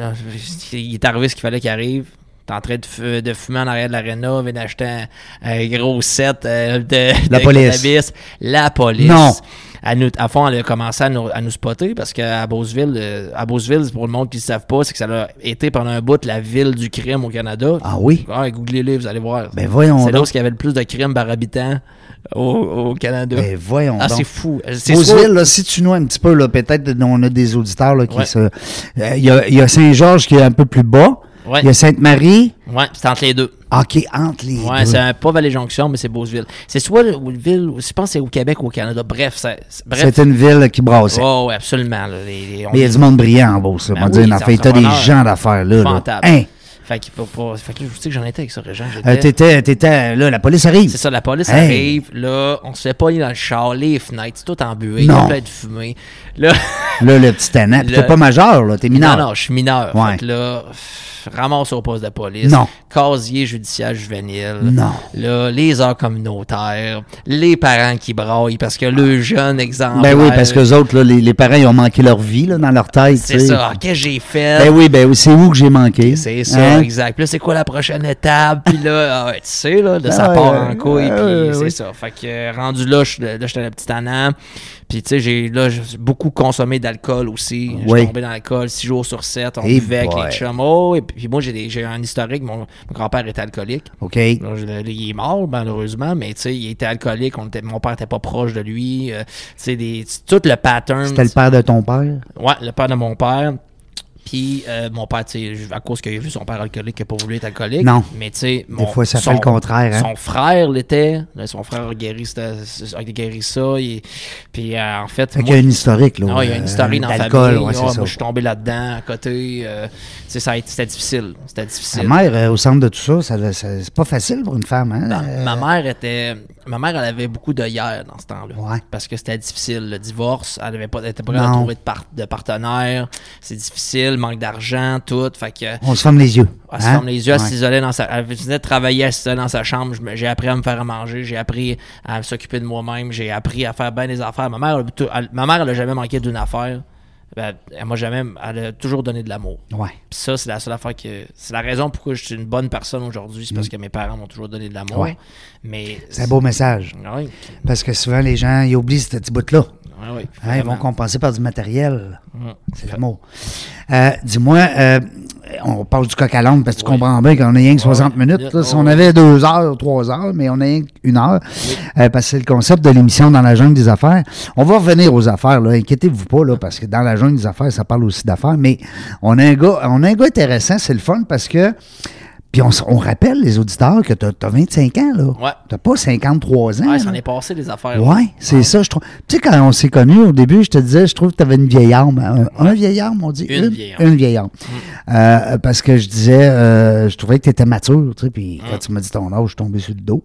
B: il est arrivé ce qu'il fallait qu'il arrive. T'es en train de, fu- de fumer en arrière de l'aréna, vient d'acheter un, un gros set euh, de,
A: La
B: de
A: police.
B: cannabis. La police.
A: Non.
B: À, nous, à fond, elle a commencé à nous, à nous spotter parce qu'à Beauceville, euh, à Beauceville, pour le monde qui ne savent pas, c'est que ça a été pendant un bout la ville du crime au Canada.
A: Ah oui?
B: Ouais, googlez-les, vous allez voir.
A: Ben voyons
B: C'est là
A: donc.
B: où il y avait le plus de crimes par habitant au, au Canada.
A: Ben voyons
B: ah,
A: donc.
B: c'est fou. C'est
A: Beauceville,
B: soit-
A: là, si tu nous un petit peu, là, peut-être on a des auditeurs là, qui
B: Ouais.
A: se. Euh, Il y a, il y a Saint-Georges qui est un peu plus bas. Il
B: Ouais.
A: y a Sainte-Marie.
B: Ouais, c'est entre les deux.
A: Ah, qui est entre les
B: Ouais,
A: deux.
B: c'est un- pas Vallée-Jonction, mais c'est Beauceville. C'est soit le- ou le ville, ou- je pense que c'est au Québec ou au Canada. Bref, c'est. c'est- Bref.
A: C'est une ville qui brassait.
B: Oh, ouais, absolument. là. Les- les- on
A: Mais il y a du monde brillant en Beauce, là,
B: Ben
A: on va
B: oui,
A: dire.
B: les
A: Enfin, t'as des
B: entrepreneurs.
A: gens d'affaires, là. là.
B: Fantable.
A: Hein?
B: Fait que, pour- pour- fait que là, je sais que j'en étais avec ça, Régent.
A: Euh,
B: j'étais-
A: t'étais, t'étais, là, la police arrive.
B: C'est ça, la police
A: Hey.
B: arrive, là, on se fait pogner dans le char, les fenêtres, c'est tout en buée, il y
A: Non.
B: a plein de fumée. Là,
A: Là, le petit tannant. Puis
B: Le-
A: t'es pas majeur, là, t'es mineur.
B: non, non, je suis mineur.
A: Ouais.
B: Fait que là, pff, ramasse au poste de police.
A: Non.
B: Casier judiciaire juvénile.
A: Non.
B: Là, les heures communautaires, les parents qui braillent parce que le jeune exemple.
A: Ben oui, parce que les autres, là, les, les parents, ils ont manqué leur vie, là, dans leur tête.
B: C'est
A: tu sais.
B: ça, Ah, qu'est-ce que j'ai fait?
A: Ben oui, ben oui, c'est où que j'ai manqué.
B: C'est ça,
A: Hein?
B: exact. Puis là, c'est quoi la prochaine étape? Puis là, ah ouais, tu sais, là, là, ça
A: Ah ouais,
B: part
A: ouais,
B: en couille. puis
A: ouais,
B: c'est
A: ouais.
B: ça. Fait que euh, rendu là, je suis- là, j'étais le petit anam. Puis tu sais, j'ai là, j'ai beaucoup consommé d'alcool aussi. Je
A: Oui.
B: suis tombé dans l'alcool 6 jours sur 7. On
A: Eh
B: buvait avec
A: boy.
B: les chums. Oh, et puis puis moi, j'ai des- j'ai un historique. Mon, mon grand-père était alcoolique.
A: OK.
B: Là, je- là, il est mort, malheureusement, mais tu sais, il était alcoolique. On était, mon père était pas proche de lui. euh, tu sais, des- tout le pattern.
A: C'était le père de ton père.
B: Ouais, le père de mon père. Puis euh, mon père, tu sais, à cause qu'il a vu son père alcoolique, il n'a pas voulu être alcoolique.
A: Non.
B: Mais tu sais, mon-
A: fois, ça fait le contraire, hein.
B: Son frère l'était. Là, Son frère a guéri, c'était- a guéri ça. il- Puis euh, en fait,
A: Fait qu'il y
B: moi,
A: a une historique, là.
B: non, il y a une
A: euh,
B: historique dans la
A: d'alcool,
B: famille.
A: ouais,
B: Ah,
A: c'est ça.
B: moi, je suis tombé là-dedans, à côté. euh, tu sais, ça a été- c'était difficile. C'était
A: Ta
B: difficile.
A: mère, euh, au centre de tout ça, ça- ça- c'est pas facile pour une femme, hein?
B: Ma-
A: Euh,
B: Ah, Ma mère était. Ma mère, elle avait beaucoup de hier dans ce temps-là.
A: Ouais.
B: Parce que c'était difficile. Le divorce, elle n'avait pas, elle était pas capable
A: Non.
B: de trouver de, par- de partenaire. C'est difficile, manque d'argent, tout. Fait que.
A: On se ferme les yeux.
B: Elle se
A: hein?
B: ferme les yeux, elle
A: Ouais.
B: s'isolait dans sa. Elle venait de travailler, elle s'isolait dans sa chambre. Je me- J'ai appris à me faire à manger, j'ai appris à s'occuper de moi-même, j'ai appris à faire bien des affaires. Ma mère, elle a tout- elle- ma mère, elle a jamais manqué d'une affaire. ben, elle m'a jamais. Elle a toujours donné de l'amour.
A: Ouais.
B: Puis ça, c'est la seule affaire que. C'est la raison pourquoi je suis une bonne personne aujourd'hui. C'est parce que mes parents m'ont toujours donné de l'amour.
A: Mm. Ouais.
B: Mais.
A: C'est un beau message.
B: Ouais,
A: Parce que souvent, les gens, ils oublient ce petit bout-là.
B: ouais, ouais,
A: Hein, ils vont
B: vraiment.
A: compenser par du matériel.
B: Mm.
A: C'est l'amour. Euh, Dis-moi, euh, on parle du coq à l'âne parce que tu
B: Oui.
A: comprends bien qu'on a rien que 60
B: Ouais.
A: minutes. là.
B: Yeah.
A: si on
B: Ouais.
A: avait deux heures ou trois heures, mais on a rien qu'une heure euh, parce que c'est le concept de l'émission Dans la jungle des affaires. On va revenir aux affaires, là. inquiétez-vous pas, là, parce que dans la jungle des affaires, ça parle aussi d'affaires. Mais on a, un gars, on a un gars intéressant, c'est le fun parce que. Puis on, s- on rappelle les auditeurs que tu as, 25 ans, là.
B: Ouais.
A: T'as pas 53 ans.
B: Ouais,
A: là.
B: ça en est passé des affaires. là.
A: Ouais, c'est ça, je trouve. Tu sais, quand on s'est connus au début, je te disais, je trouve que tu avais une vieille arme. Un, un vieil arme, on dit.
B: Une vieille Mm. arme.
A: Une vieille arme. Euh, parce que je disais, euh, je trouvais que tu étais mature, tu sais, puis
B: Mm.
A: quand tu m'as dit ton âge, je suis tombé sur le dos.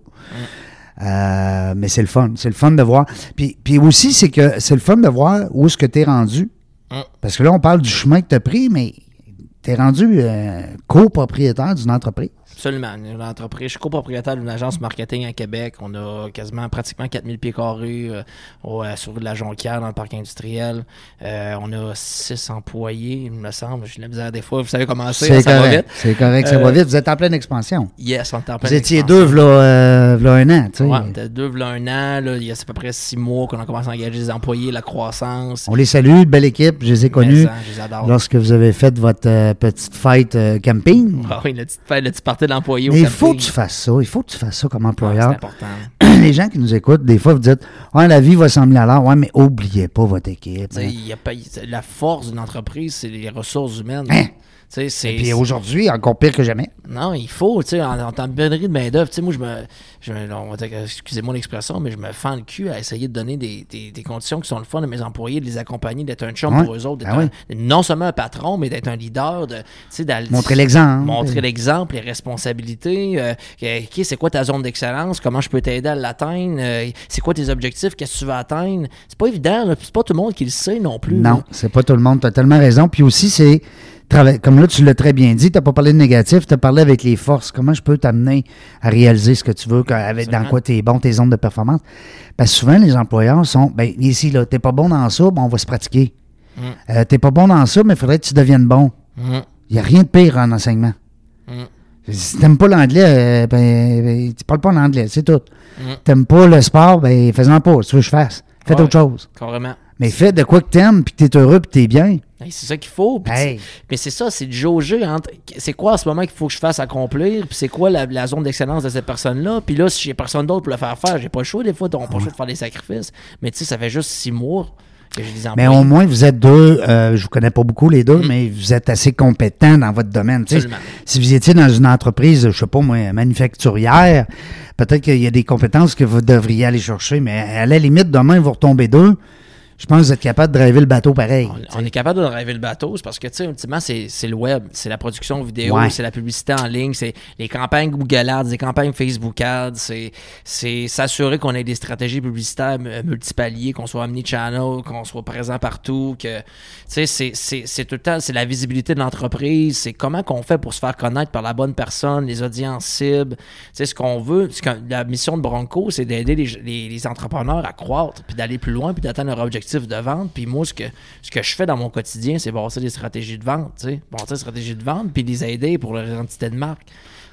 A: Euh, mais c'est le fun, c'est le fun de voir. Puis, puis aussi, c'est que c'est le fun de voir où est-ce que tu es rendu.
B: Mm.
A: Parce que là, on parle du chemin que tu as pris, mais tu es rendu euh, copropriétaire d'une entreprise.
B: Absolument. Une entreprise. Je suis copropriétaire d'une agence marketing à Québec. On a quasiment pratiquement 4000 pieds carrés euh, au- euh, sur de la Jonquière dans le parc industriel. Euh, on a 6 employés, il me semble. J'ai de la misère des fois. Vous savez comment c'est, hein, ça va
A: correct.
B: vite.
A: C'est correct, ça
B: Euh,
A: va vite. Vous êtes en pleine expansion.
B: Yes, on est en pleine
A: Vous étiez
B: expansion.
A: deux, v'là, euh, v'là un an, tu sais.
B: Ouais, on était deux, v'là un an. Là, il y a à peu près six mois qu'on a commencé à engager des employés, la croissance.
A: On les salue, belle équipe, je les ai connus
B: Mais, hein, Je les adore.
A: lorsque vous avez fait votre euh, petite fête euh, camping.
B: Ah oui, le petit, le petit party de l'employé au
A: Mais il
B: camping.
A: faut que tu fasses ça, il faut que tu fasses ça comme
B: Ah, C'est
A: employeur.
B: important.
A: les gens qui nous écoutent, des fois, vous dites Ah, la vie va sembler à l'heure, ouais, mais oubliez pas votre équipe.
B: Tu sais, il y a pas- la force d'une entreprise, c'est les ressources humaines.
A: Hein?
B: Tu sais, c'est-
A: Et puis aujourd'hui, encore pire que jamais.
B: Non, il faut, tu sais, en, en tant que bénérie de main-d'œuvre, tu sais, moi, je me. je me- on va dire que- excusez-moi l'expression, mais je me fends le cul à essayer de donner des, des- des conditions qui sont le fun à mes employés, de les accompagner, d'être un chum
A: Ouais.
B: pour eux autres, d'être
A: Ah ouais.
B: un- non seulement un patron, mais d'être un leader, de. tu sais, d'aller-
A: Montrer l'exemple.
B: Montrer l'exemple, les responsabilités. euh, euh, OK, c'est quoi ta zone d'excellence? Comment je peux t'aider à l'atteindre? euh, c'est quoi tes objectifs? Qu'est-ce que tu vas atteindre? C'est pas évident, là, puis c'est pas tout le monde qui le sait non plus.
A: Non,
B: là.
A: c'est pas tout le monde. Tu as tellement raison. Puis aussi, c'est. trava- Comme là, tu l'as très bien dit, tu pas parlé de négatif, tu as parlé avec les forces. Comment je peux t'amener à réaliser ce que tu veux, que- avec, dans
B: Absolument.
A: quoi tu es bon, tes zones de performance? Parce que souvent, les employeurs sont ben ici, là, t'es pas bon dans ça, ben, on va se pratiquer.
B: Mm.
A: Euh, t'es pas bon dans ça, mais il faudrait que tu deviennes bon.
B: Mhm.
A: Il n'y a rien de pire en enseignement.
B: Mm.
A: Si t'aimes pas l'anglais, euh, ben, ben, tu parles pas en anglais, c'est tout.
B: Mm.
A: T'aimes pas le sport, ben fais-en pas, tu veux que je fasse. Fais
B: Ouais.
A: autre chose.
B: Carrément.
A: Mais fais de quoi que t'aimes, puis que t'es heureux, puis t'es bien.
B: Hey, c'est ça qu'il faut. puis
A: Hey.
B: c'est- Mais c'est ça, c'est de jauger. entre- C'est quoi en ce moment qu'il faut que je fasse accomplir? Puis c'est quoi la, la zone d'excellence de cette personne-là? Puis là, si j'ai personne d'autre pour le faire faire, j'ai pas le choix des fois, t'as pas le choix de faire des sacrifices. Mais tu sais, ça fait juste six mois que j'ai des
A: Mais
B: employés.
A: au moins, vous êtes deux, euh, je vous connais pas beaucoup les deux, mais vous êtes assez compétents dans votre domaine. tu sais.
B: Mm-hmm. Absolument.
A: Si vous étiez dans une entreprise, je sais pas moi, manufacturière, peut-être qu'il y a des compétences que vous devriez aller chercher, mais à la limite, demain, vous retombez deux. Je pense que vous êtes capable de driver le bateau pareil.
B: On, on est capable de rêver le bateau, c'est parce que, tu sais, ultimement, c'est c'est le web, c'est la production vidéo,
A: Ouais.
B: c'est la publicité en ligne, c'est les campagnes Google Ads, les campagnes Facebook Ads, c'est- c'est s'assurer qu'on ait des stratégies publicitaires euh, multipaliers, qu'on soit omnichannel, qu'on soit présent partout, que, tu sais, c'est- c'est c'est tout le temps, c'est la visibilité de l'entreprise, c'est comment qu'on fait pour se faire connaître par la bonne personne, les audiences cibles, tu sais, ce qu'on veut, ce que- la mission de Bronco, c'est d'aider les, les- les entrepreneurs à croître, puis d'aller plus loin, puis d'atteindre leur objectif de vente, puis moi, ce que, ce que je fais dans mon quotidien, c'est bâtir des stratégies de vente, tu sais, bâtir des stratégies de vente, puis les aider pour leur identité de marque.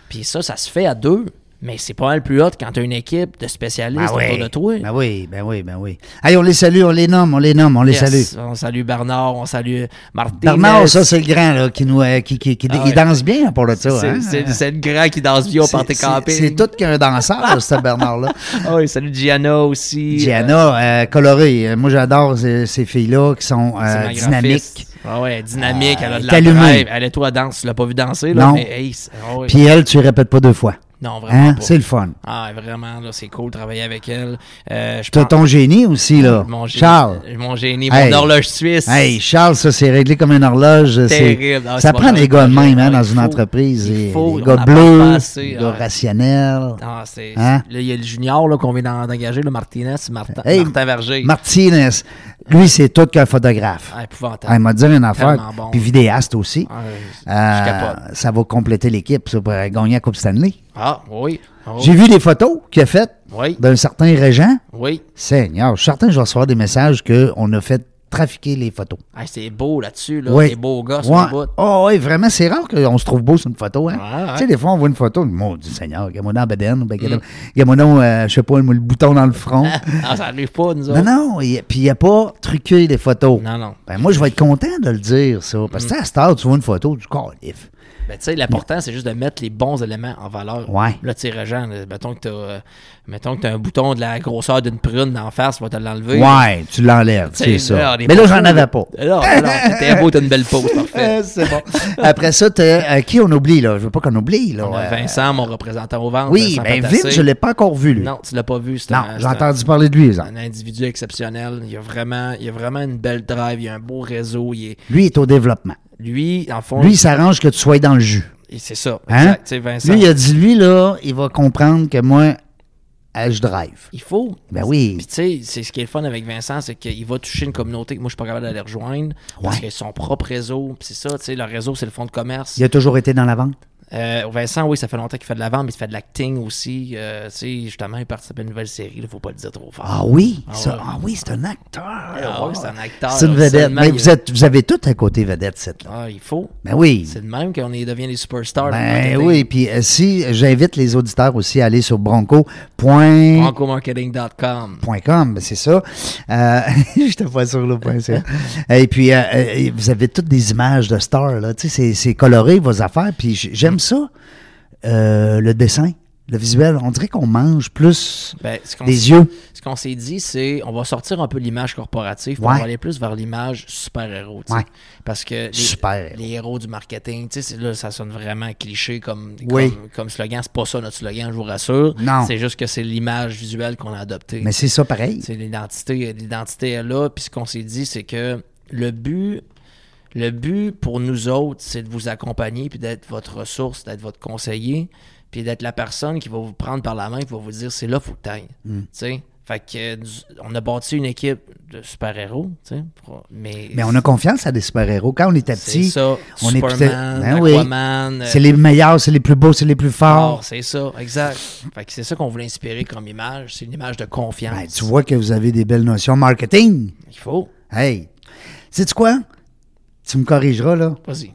B: Puis ça, ça se fait à deux, mais c'est pas mal plus hot quand t'as une équipe de
A: Ben
B: spécialistes
A: oui.
B: autour de toi.
A: ben oui, ben oui, ben oui. Allez, on les salue, on les nomme, on les nomme, on les salue.
B: Yes, On salue Bernard, on salue Martin.
A: Bernard, ça, c'est le grand, là, qui nous, euh, qui, qui, qui-
B: Ah
A: il
B: ouais.
A: danse bien, pour le ça. hein?
B: C'est- C'est c'est le grand qui danse bien au
A: C'est-
B: party
A: c'est-
B: camping.
A: c'est tout qu'un danseur, ce Bernard-là.
B: Ah oui, salut Gianna aussi.
A: Diana, euh, colorée. Euh, Moi, j'adore ces, ces filles-là qui sont euh,
B: C'est ma graphiste.
A: dynamiques.
B: Ah ouais, dynamique,
A: Ah,
B: elle a de
A: elle est
B: la
A: allumée.
B: drive. Elle est toi, elle danse. Tu l'as pas vu danser, là.
A: Non.
B: Mais, hey, c'est- ah ouais.
A: Puis elle, tu les répètes pas deux fois.
B: non, vraiment
A: Hein?
B: pas.
A: C'est le fun.
B: Ah, vraiment, là, c'est cool de travailler avec elle. Euh, je
A: T'as
B: pense-
A: ton génie aussi, là.
B: Mon génie, euh,
A: Charles.
B: Mon génie,
A: Hey.
B: mon horloge suisse.
A: Hey, Charles, ça, c'est réglé comme une horloge. c'est-
B: Terrible. Ah,
A: ça
B: c'est
A: prend
B: pas
A: des
B: vrai,
A: gars de
B: pas
A: même,
B: vrai.
A: hein,
B: Il
A: dans une
B: faut-
A: entreprise.
B: il
A: Des-
B: faut,
A: des
B: on
A: gars
B: en parle
A: bleus,
B: pas assez,
A: des gars
B: ouais.
A: rationnels.
B: Ah, c'est.
A: Hein?
B: Là, il y a le junior là, qu'on vient d'en- d'engager, le Martinez, Martin,
A: Hey,
B: Martin Verger.
A: Martinez, lui, c'est tout qu'un photographe.
B: Ah, épouvantable.
A: Ah, il m'a dit une affaire.
B: Tellement bon.
A: Puis vidéaste aussi.
B: Ah,
A: Euh,
B: je capote.
A: ça va compléter l'équipe, ça, pour gagner la Coupe Stanley.
B: Ah, oui. Ah, oui.
A: J'ai vu des photos qu'il a faites
B: Oui.
A: d'un certain Régent.
B: Oui.
A: Seigneur, je suis certain que je vais recevoir des messages qu'on a fait trafiquer les photos.
B: Ah, c'est beau là-dessus, là.
A: Oui.
B: Les beaux gars sur
A: Ouais.
B: le bout.
A: Ah oui, vraiment, c'est rare qu'on se trouve beau sur une photo. Hein?
B: Ouais, ouais.
A: Tu sais, des fois, on voit une photo, mon Dieu Seigneur, Gamonon en bedaine, ben,
B: Mm.
A: Gamonon, euh, je sais pas, le bouton dans le front.
B: Ah, ça arrive pas, nous
A: non,
B: autres.
A: non, il y a- puis il n'y a pas truqué les photos.
B: Non, Mm. non.
A: Ben, moi, je vais être content de le dire, ça. Parce que tu sais, à cette heure, tu vois une photo du calife.
B: Ben, tu sais, l'important, c'est juste de mettre les bons éléments en valeur.
A: Ouais.
B: Là, tu sais, Réjean, là, mettons que t'as, euh, mettons que t'as un bouton de la grosseur d'une prune d'en face, va te l'enlever.
A: Ouais, tu l'enlèves,
B: Tu sais,
A: c'est ça.
B: on est
A: Mais là,
B: pas
A: j'en
B: fous,
A: avais pas.
B: Non, non, non, t'es beau, t'as une belle pose, parfait.
A: Euh, c'est bon. Après ça, t'as, euh, qui on oublie, là? Je veux pas qu'on oublie, là.
B: On a
A: Euh,
B: Vincent, mon représentant au ventre.
A: oui,
B: Vincent
A: mais
B: Patassé.
A: vite, je l'ai pas encore vu, lui.
B: Non, tu l'as pas vu. c'est
A: Non,
B: un-
A: j'ai
B: c'est un-
A: entendu parler de lui, exemple.
B: un individu exceptionnel. Il a vraiment, il a vraiment une belle drive, il a un beau réseau. Il est,
A: Lui est au développement.
B: lui, en fond,
A: Lui, il s'arrange que tu sois dans le jus.
B: et c'est ça.
A: Hein?
B: Exact. Tu sais, Vincent,
A: Lui, il a dit, lui, là, il va comprendre que moi, euh, je drive.
B: il faut.
A: Ben oui.
B: Puis tu sais, c'est ce qui est le fun avec Vincent, c'est qu'il va toucher une communauté que moi je suis pas capable d'aller rejoindre parce
A: Ouais.
B: que son propre réseau, puis c'est ça, tu sais, le réseau c'est le fonds de commerce.
A: Il a toujours été dans la vente.
B: Euh, Vincent, oui, ça fait longtemps qu'il fait de la vente, mais il fait de l'acting aussi. Euh, tu sais, justement, il participe à une nouvelle série, il faut pas le dire trop fort.
A: Ah oui,
B: Ah
A: ça,
B: ouais.
A: ah oui, c'est un acteur. Ah
B: ouais, c'est un acteur,
A: C'est une vedette.
B: seulement,
A: Mais
B: il-
A: vous, êtes, vous avez tout un côté vedette, cette là.
B: Ah, il faut.
A: Ben oui.
B: C'est de même qu'on est- devient des superstars. dans le
A: Ben
B: marketing.
A: oui, puis euh, si j'invite les auditeurs aussi à aller sur bronco.com,
B: Francomarketing.com.
A: ben c'est ça. Euh, je te vois sur le point, c'est- Et puis, euh, euh, vous avez toutes des images de stars, là. Tu sais, c'est- c'est coloré, vos affaires, puis j- j'aime ça, euh, le dessin, le visuel. On dirait qu'on mange plus
B: Ben, ce qu'on
A: les yeux.
B: ce qu'on s'est dit, c'est on va sortir un peu de l'image corporative pour
A: Ouais.
B: aller plus vers l'image super-héros. tu sais.
A: Ouais.
B: Parce que les,
A: Super-héros.
B: les héros du marketing, tu sais, c'est- là, ça sonne vraiment cliché comme,
A: Oui.
B: comme, comme slogan. C'est pas ça notre slogan, je vous rassure.
A: Non.
B: C'est juste que c'est l'image visuelle qu'on a adoptée.
A: Mais c'est ça pareil.
B: C'est l'identité, l'identité est là. Puis ce qu'on s'est dit, c'est que le but, le but pour nous autres, c'est de vous accompagner, puis d'être votre ressource, d'être votre conseiller, puis d'être la personne qui va vous prendre par la main, qui va vous dire c'est là faut que t'ailles.
A: Hmm.
B: Tu sais. Fait que euh, nous- on a bâti une équipe de super héros, tu sais. pour- Mais,
A: Mais on a confiance à des super-héros. Quand on était
B: c'est
A: petit,
B: ça.
A: on
B: Superman,
A: écoutait- Ben oui.
B: Aquaman,
A: c'est
B: euh,
A: les meilleurs, c'est les plus beaux, c'est les plus
B: Thor,
A: forts.
B: c'est ça, exact. Fait que c'est ça qu'on voulait inspirer comme image, c'est une image de confiance.
A: Ben, tu vois que vous avez des belles notions marketing.
B: Il faut,
A: Hey, sais-tu quoi? Tu me corrigeras, là.
B: vas-y,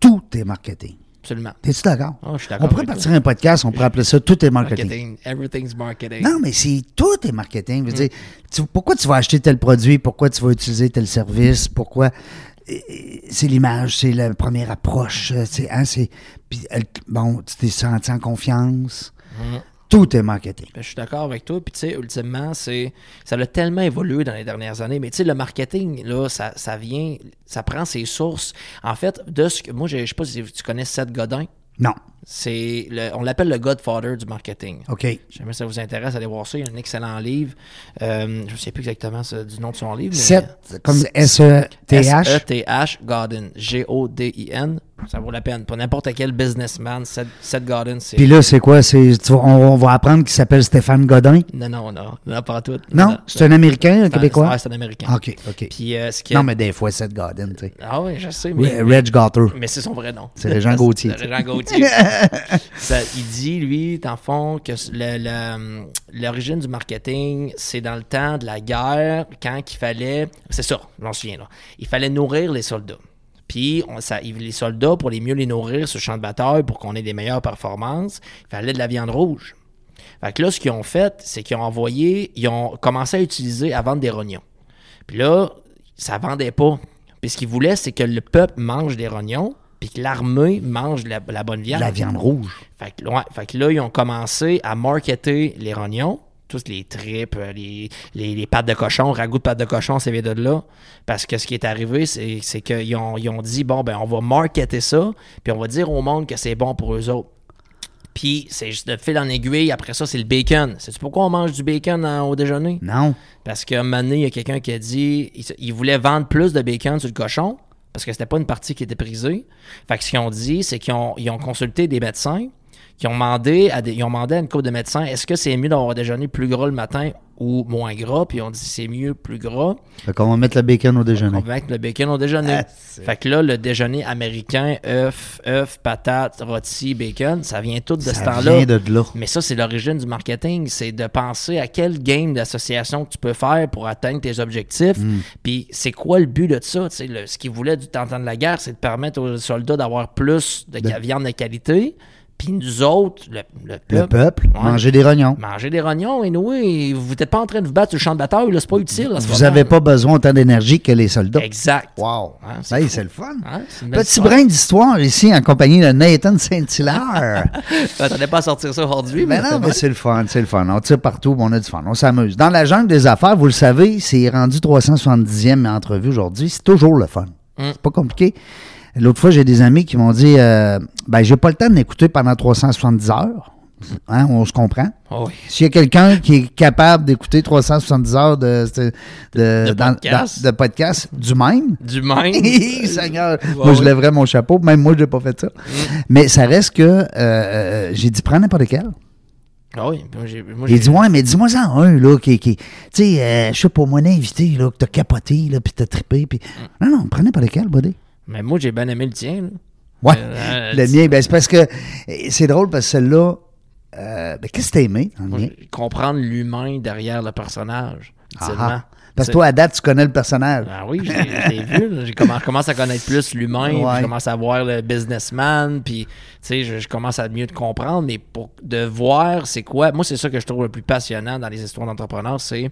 A: Tout est marketing.
B: absolument.
A: T'es-tu d'accord?
B: Ah, je suis d'accord
A: on pourrait
B: avec toi.
A: partir un podcast, on pourrait appeler ça Tout est marketing.
B: Marketing. Everything's marketing.
A: Non, mais c'est tout est marketing. Je
B: Mm.
A: veux dire, tu- pourquoi tu vas acheter tel produit? Pourquoi tu vas utiliser tel service? Pourquoi? Et- et- C'est l'image, c'est la première approche. euh, C'est, hein, c'est, puis, euh, bon, tu t'es senti en confiance.
B: Mm.
A: Tout est marketing.
B: Ben, je suis d'accord avec toi. Puis, tu sais, ultimement, c'est ça a tellement évolué dans les dernières années. Mais, tu sais, le marketing, là, ça, ça vient, ça prend ses sources. En fait, de ce que moi, je je sais pas si tu connais Seth Godin.
A: Non.
B: C'est le- on l'appelle le Godfather du marketing.
A: OK.
B: Jamais ça vous intéresse, allez voir ça. Il y a un excellent livre. Euh, je ne sais plus exactement ce- du nom de son livre. mais-
A: 7, comme E
B: E
A: S-E-T-H.
B: S-E-T-H, Godin. G-O-D-I-N. Ça vaut la peine. Pour n'importe quel businessman, Seth, Seth Godin, c'est.
A: Puis là, c'est quoi? C'est, tu vois, on, on va apprendre qu'il s'appelle Stéphane Godin.
B: Non, non, non. Non, pas en tout.
A: Non? C'est un Américain, un
B: C'est un-
A: Québécois? Ah,
B: ouais, c'est un Américain.
A: OK, OK.
B: Puis, euh, ce qui
A: Non, mais des fois, Seth Godin, tu sais.
B: Ah oui, je sais,
A: Oui,
B: mais,
A: Reg Gotter.
B: mais c'est son vrai nom.
A: C'est Régent Gauthier,
B: C'est
A: tu sais.
B: Régent Gauthier. Ça, il dit, lui, dans le fond, que le- le- l'origine du marketing, c'est dans le temps de la guerre, quand il fallait... C'est ça, je m'en souviens, là. Il fallait nourrir les soldats. Puis, on, ça, il- les soldats, pour les mieux les nourrir sur le champ de bataille, pour qu'on ait des meilleures performances, il fallait de la viande rouge. Fait que là, ce qu'ils ont fait, c'est qu'ils ont envoyé, ils ont commencé à utiliser à vendre des rognons. Puis là, ça vendait pas. Puis ce qu'ils voulaient, c'est que le peuple mange des rognons, puis que l'armée mange la, la bonne viande.
A: La viande rouge.
B: Fait que, ouais, fait que là, ils ont commencé à marketer les rognons, toutes les tripes, euh, les, les, les pattes de cochon, ragoût de pattes de cochon, c'est vient de là. Parce que ce qui est arrivé, c'est c'est qu'ils ont, ils ont dit, bon, ben, on va marketer ça, puis on va dire au monde que c'est bon pour eux autres. Puis, c'est juste de fil en aiguille. Après ça, c'est le bacon. Sais-tu pourquoi on mange du bacon en- au déjeuner?
A: Non.
B: Parce qu'à un moment donné, il y a quelqu'un qui a dit il, se- il voulait vendre plus de bacon sur le cochon parce que c'était pas une partie qui était prisée. Fait que ce qu'ils ont dit, c'est qu'ils ont, ils ont consulté des médecins, qui ont demandé à des, ils ont demandé à une couple de médecins est-ce que c'est mieux d'avoir déjeuné plus gros le matin ou moins gras, puis on dit c'est mieux plus gras.
A: Fait qu'on va mettre le bacon au
B: On
A: déjeuner.
B: va mettre le bacon au déjeuner.
A: Ah, c'est-
B: fait que là, le déjeuner américain, œuf, œuf, patate, rôti, bacon, ça vient tout de ce
A: Ça
B: temps-là.
A: vient de là.
B: Mais ça, c'est l'origine du marketing. C'est de penser à quel game d'association que tu peux faire pour atteindre tes objectifs.
A: Mm.
B: Puis c'est quoi le but de ça? Tu sais, le- ce qu'ils voulaient du temps de la guerre, c'est de permettre aux soldats d'avoir plus de, viande de qualité. Puis nous autres, le, le
A: Le
B: peuple,
A: peuple,
B: Ouais.
A: manger des rognons.
B: manger des rognons et nous, vous n'êtes pas en train de vous battre sur le champ de bataille. là, C'est pas utile. à ce
A: Vous
B: moment.
A: n'avez pas besoin autant d'énergie que les soldats.
B: Exact.
A: Wow.
B: Hein, c'est
A: Hey,
B: fou.
A: c'est le fun.
B: Hein, c'est une belle
A: Petit
B: histoire.
A: brin d'histoire ici en compagnie de Nathan Saint-Hilaire.
B: T'attendais pas à sortir ça aujourd'hui,
A: Mais Ben non, mais c'est le fun, c'est le fun. On tire partout, mais on a du fun, on s'amuse. Dans la jungle des affaires, vous le savez, c'est rendu 370e entrevue aujourd'hui. C'est toujours le fun. C'est pas compliqué. L'autre fois, j'ai des amis qui m'ont dit euh, Ben, j'ai pas le temps de l'écouter pendant 370 heures. Hein, on se comprend.
B: Oh oui.
A: S'il y a quelqu'un qui est capable d'écouter 370 heures de, de, de-
B: De
A: dans-
B: podcast.
A: dans- de podcast du même,
B: Du même.
A: Hi, Seigneur, moi
B: ouais.
A: je lèverais mon chapeau, même moi je n'ai pas fait ça. Mais ça reste que euh, euh, j'ai dit prends n'importe quel.
B: Ah oui. Moi, j'ai- moi,
A: Il
B: j'ai-
A: dit ouais, mais dis-moi ça un là qui, qui tu sais euh, je sais pas moi un invité là que t'as capoté là puis t'as trippé puis
B: Mm.
A: non non prends n'importe quel buddy.
B: Mais moi, j'ai bien aimé le tien. là.
A: Ouais.
B: Euh,
A: le mien ben c'est parce que euh, c'est drôle parce que celle-là euh, ben, qu'est-ce que t'as aimé dans le
B: Moi,
A: mien?
B: je- Comprendre l'humain derrière le personnage.
A: Ah,
B: Tellement.
A: ah. Parce
B: C'est-
A: que toi à date tu connais le personnage.
B: Ah oui, je l'ai je l'ai vu. là. J'ai commen- Je commence à connaître plus l'humain, puis
A: Ouais.
B: je commence à voir le businessman, puis tu sais, je, je commence à mieux te comprendre, mais pour de voir c'est quoi. Moi, c'est ça que je trouve le plus passionnant dans les histoires d'entrepreneurs, c'est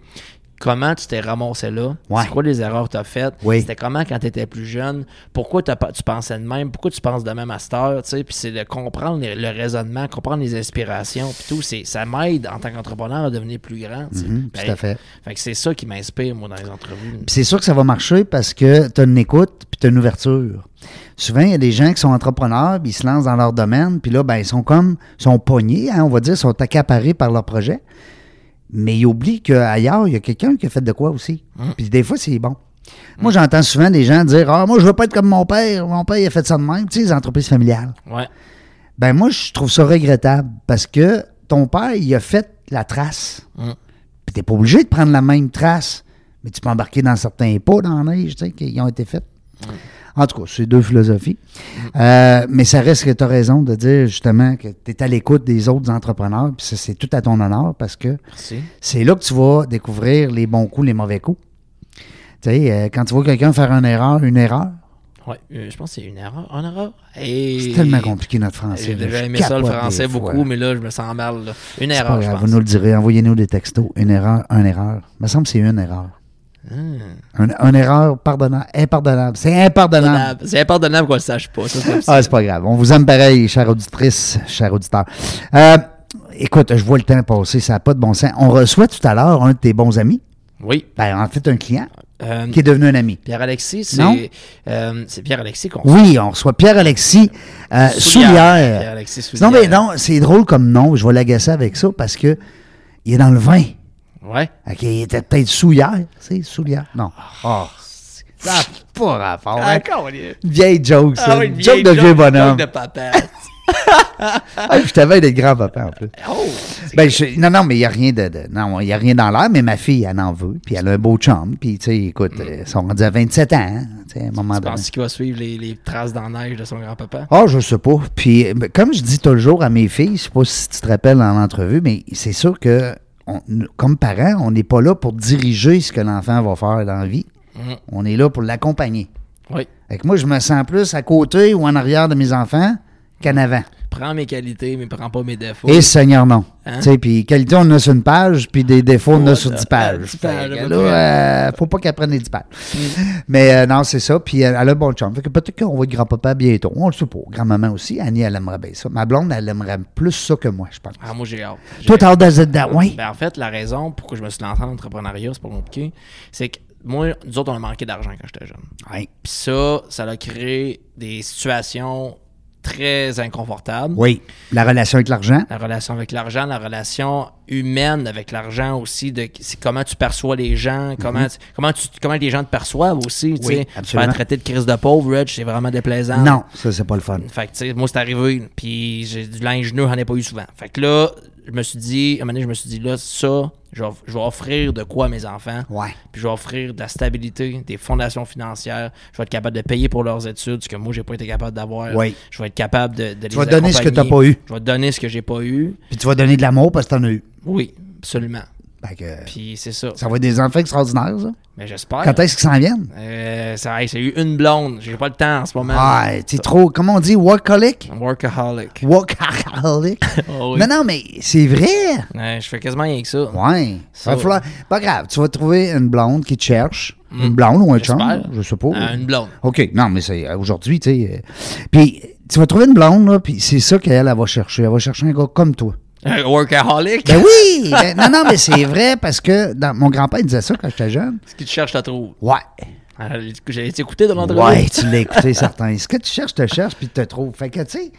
B: comment tu t'es ramassé là,
A: Ouais.
B: c'est quoi les erreurs que tu as faites,
A: Oui.
B: c'était comment quand tu étais plus jeune, pourquoi t'as pas- tu pensais de même, pourquoi tu penses de même à cette heure, tu sais, puis c'est de comprendre le, le raisonnement, comprendre les inspirations, puis tout, c'est- ça m'aide en tant qu'entrepreneur à devenir plus grand. tu sais.
A: Mhm,
B: Ben,
A: tout à fait.
B: fait que c'est ça qui m'inspire, moi, dans les entrevues.
A: Puis c'est sûr que ça va marcher parce que tu as une écoute puis tu as une ouverture. Souvent, il y a des gens qui sont entrepreneurs, puis ils se lancent dans leur domaine, puis là, ben, ils sont comme, ils sont pognés, hein, on va dire, ils sont accaparés par leur projet. Mais ils oublient qu'ailleurs, il y a quelqu'un qui a fait de quoi aussi. Puis des fois, c'est bon. Moi, j'entends souvent des gens dire Ah, moi, je veux pas être comme mon père. Mon père, il a fait ça de même. Tu sais, les entreprises familiales.
B: Ouais.
A: Ben, moi, je trouve ça regrettable parce que ton père, il a fait la trace.
B: Mm.
A: Puis t'es pas obligé de prendre la même trace, mais tu peux embarquer dans certains pas dans la neige, tu sais, qui ont été faits. En tout cas, c'est deux philosophies. Euh, mais ça reste que tu as raison de dire justement que tu es à l'écoute des autres entrepreneurs, puis ça, c'est tout à ton honneur parce que
B: Merci.
A: c'est là que tu vas découvrir les bons coups, les mauvais coups. Tu sais, euh, quand tu vois quelqu'un faire une erreur, une erreur,
B: Ouais, euh, je pense que c'est une erreur. Une erreur.
A: c'est tellement compliqué hein, notre français.
B: J'ai
A: là,
B: déjà
A: je
B: aimé ça le
A: capote des
B: français
A: fois.
B: beaucoup, mais là, je me sens mal. là. Une
A: C'est pas
B: erreur, je
A: grave,
B: pense.
A: vous nous le direz, envoyez-nous des textos. Une erreur, une erreur. Il me semble que c'est une erreur.
B: Hmm.
A: Un- une erreur pardonnable, impardonnable. C'est impardonnable.
B: C'est impardonnable qu'on le sache pas. Ça, c'est
A: Ah, c'est pas grave. On vous aime pareil, chère auditrice, chers auditeurs. Euh, écoute, je vois le temps passer, ça n'a pas de bon sens. On reçoit tout à l'heure un de tes bons amis,
B: Oui.
A: ben, en fait un client,
B: euh,
A: qui est devenu un ami.
B: Pierre-Alexis,
A: Non.
B: c'est euh, c'est Pierre-Alexis qu'on
A: Oui, on reçoit Pierre-Alexis euh,
B: Soulière.
A: Soulière.
B: Pierre-Alexis
A: Non,
B: Soulière.
A: mais non, c'est drôle comme nom. Je vais l'agacer avec ça parce que il est dans le vin.
B: Ouais.
A: OK, il était peut-être souillère. C'est souillère. Non. Ah, ça n'a pas rapport. hein.
B: Encore, il
A: Une vieille joke, ça. Ah, Une joke de vieux bonhomme.
B: de papa.
A: Ah, puis je t'avais d'être grand-papa, en plus.
B: Oh!
A: Ben, je- non, non, mais il n'y a rien de, de- non, il y a rien dans l'air, mais ma fille, elle en veut, puis elle a un beau chum, puis tu sais, écoute, euh, ils sont rendus à 27 ans, hein, tu sais, à un moment
B: Tu
A: donné.
B: penses qu'il va suivre les, les traces dans la neige de son grand-papa?
A: Ah, je sais pas. Puis, euh, ben, comme je dis toujours à mes filles, je sais pas si tu te rappelles en entrevue, mais c'est sûr que, on- nous, comme parents, on n'est pas là pour diriger ce que l'enfant va faire dans la vie.
B: Mm.
A: On est là pour l'accompagner.
B: Oui.
A: Fait que moi, je me sens plus à côté ou en arrière de mes enfants qu'en avant.
B: Prends mes qualités, mais prends pas mes défauts.
A: Et Seigneur, non.
B: Hein?
A: Tu sais, puis qualité, on en a sur une page, puis des défauts, on en a
B: Ouais,
A: sur dix
B: euh,
A: pages.
B: dix pages,
A: Fait que
B: à peu Mm.
A: là, euh, faut pas qu'elle prenne les dix pages. Mais euh, non, c'est ça. Puis euh, elle a bon chum. Fait que peut-être qu'on va être grand-papa bientôt. On le sait pas. Grand-maman aussi. Annie, elle aimerait bien ça. Ma blonde, elle aimerait plus ça que moi, je pense.
B: Ah, moi, j'ai hâte. J'ai-
A: Toi, t'as hâte d'être dans... Oui.
B: Ben, en fait, la raison pourquoi je me suis lancé en entrepreneuriat, c'est pas compliqué, c'est que moi, nous autres, on a manqué d'argent quand j'étais jeune.
A: Oui.
B: Puis ça, ça a créé des situations très inconfortables.
A: Oui. La relation avec l'argent.
B: La relation avec l'argent, la relation humaine avec l'argent aussi, de c'est comment tu perçois les gens, comment, tu- comment, tu, comment les gens te perçoivent aussi. tu
A: Mhm. Oui,
B: sais.
A: absolument.
B: Faire traiter de crise de pauvre, Reg, c'est vraiment déplaisant.
A: Non, ça, c'est pas le fun.
B: Fait que, tu sais, moi, c'est arrivé, puis j'ai du linge neuf, j'en ai pas eu souvent. Fait que là, je me suis dit, à un moment donné, je me suis dit, là, ça, je vais, je vais offrir de quoi à mes enfants.
A: Ouais.
B: Puis je vais offrir de la stabilité, des fondations financières. Je vais être capable de payer pour leurs études, ce que moi, j'ai pas été capable d'avoir.
A: Oui.
B: Je vais être capable de, de les
A: vas donner ce que
B: accompagner.
A: t'as pas eu.
B: Je vais donner ce que j'ai pas eu.
A: Puis tu vas donner de l'amour parce que t'en as eu.
B: Oui, absolument.
A: Fait que,
B: Puis c'est ça.
A: ça va être des enfants extraordinaires, ça.
B: Mais j'espère.
A: Quand est-ce qu'ils s'en viennent?
B: Euh, ça, hey, c'est eu une blonde. J'ai pas le temps en ce moment.
A: Ah, t'es trop, comment on dit, workaholic?
B: Workaholic.
A: Workaholic?
B: Oh oui.
A: Non, non, mais c'est vrai.
B: Ouais, je fais quasiment rien que ça.
A: Ouais.
B: Ça,
A: va falloir- Pas grave, tu vas trouver une blonde qui te cherche. Une blonde ou un chum,
B: Mm. J'espère.
A: je sais pas.
B: Euh, une blonde.
A: OK, non, mais c'est euh, aujourd'hui, tu sais. euh, Puis tu vas trouver une blonde, là, puis c'est ça qu'elle elle va chercher. Elle va chercher un gars comme toi.
B: Un workaholic.
A: Ben oui! ben, non, non, mais c'est vrai parce que dans- mon grand-père il disait ça quand j'étais jeune.
B: Ce que tu cherches, je te trouve.
A: Ouais.
B: Euh, J'avais été écouté de l'entrevue.
A: Ouais, tu l'as écouté, certain. Ce que tu cherches, te cherche, puis te trouve. Fait que, tu sais,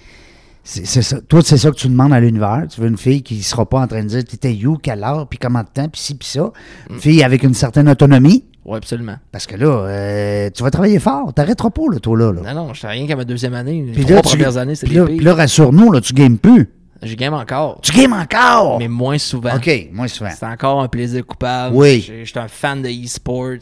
A: c'est c'est ça. Toi, c'est ça que tu demandes à l'univers. Tu veux une fille qui sera pas en train de dire t'étais you, quelle heure, puis comment de temps, puis ci, puis ça. Une fille avec une certaine autonomie.
B: Ouais, absolument.
A: Parce que là, euh, tu vas travailler fort. T'arrêteras pas, là, toi, là. là.
B: Non, non, je sais rien qu'à ma deuxième année. Les
A: Puis
B: trois
A: là,
B: premières années, c'est
A: puis
B: des
A: là,
B: pires.
A: puis là, rassure-nous, là, tu games plus.
B: Je game encore,
A: Tu games encore!
B: mais moins souvent.
A: OK, moi, souvent.
B: C'est encore un plaisir coupable.
A: Oui.
B: Je je suis un fan de e-sports.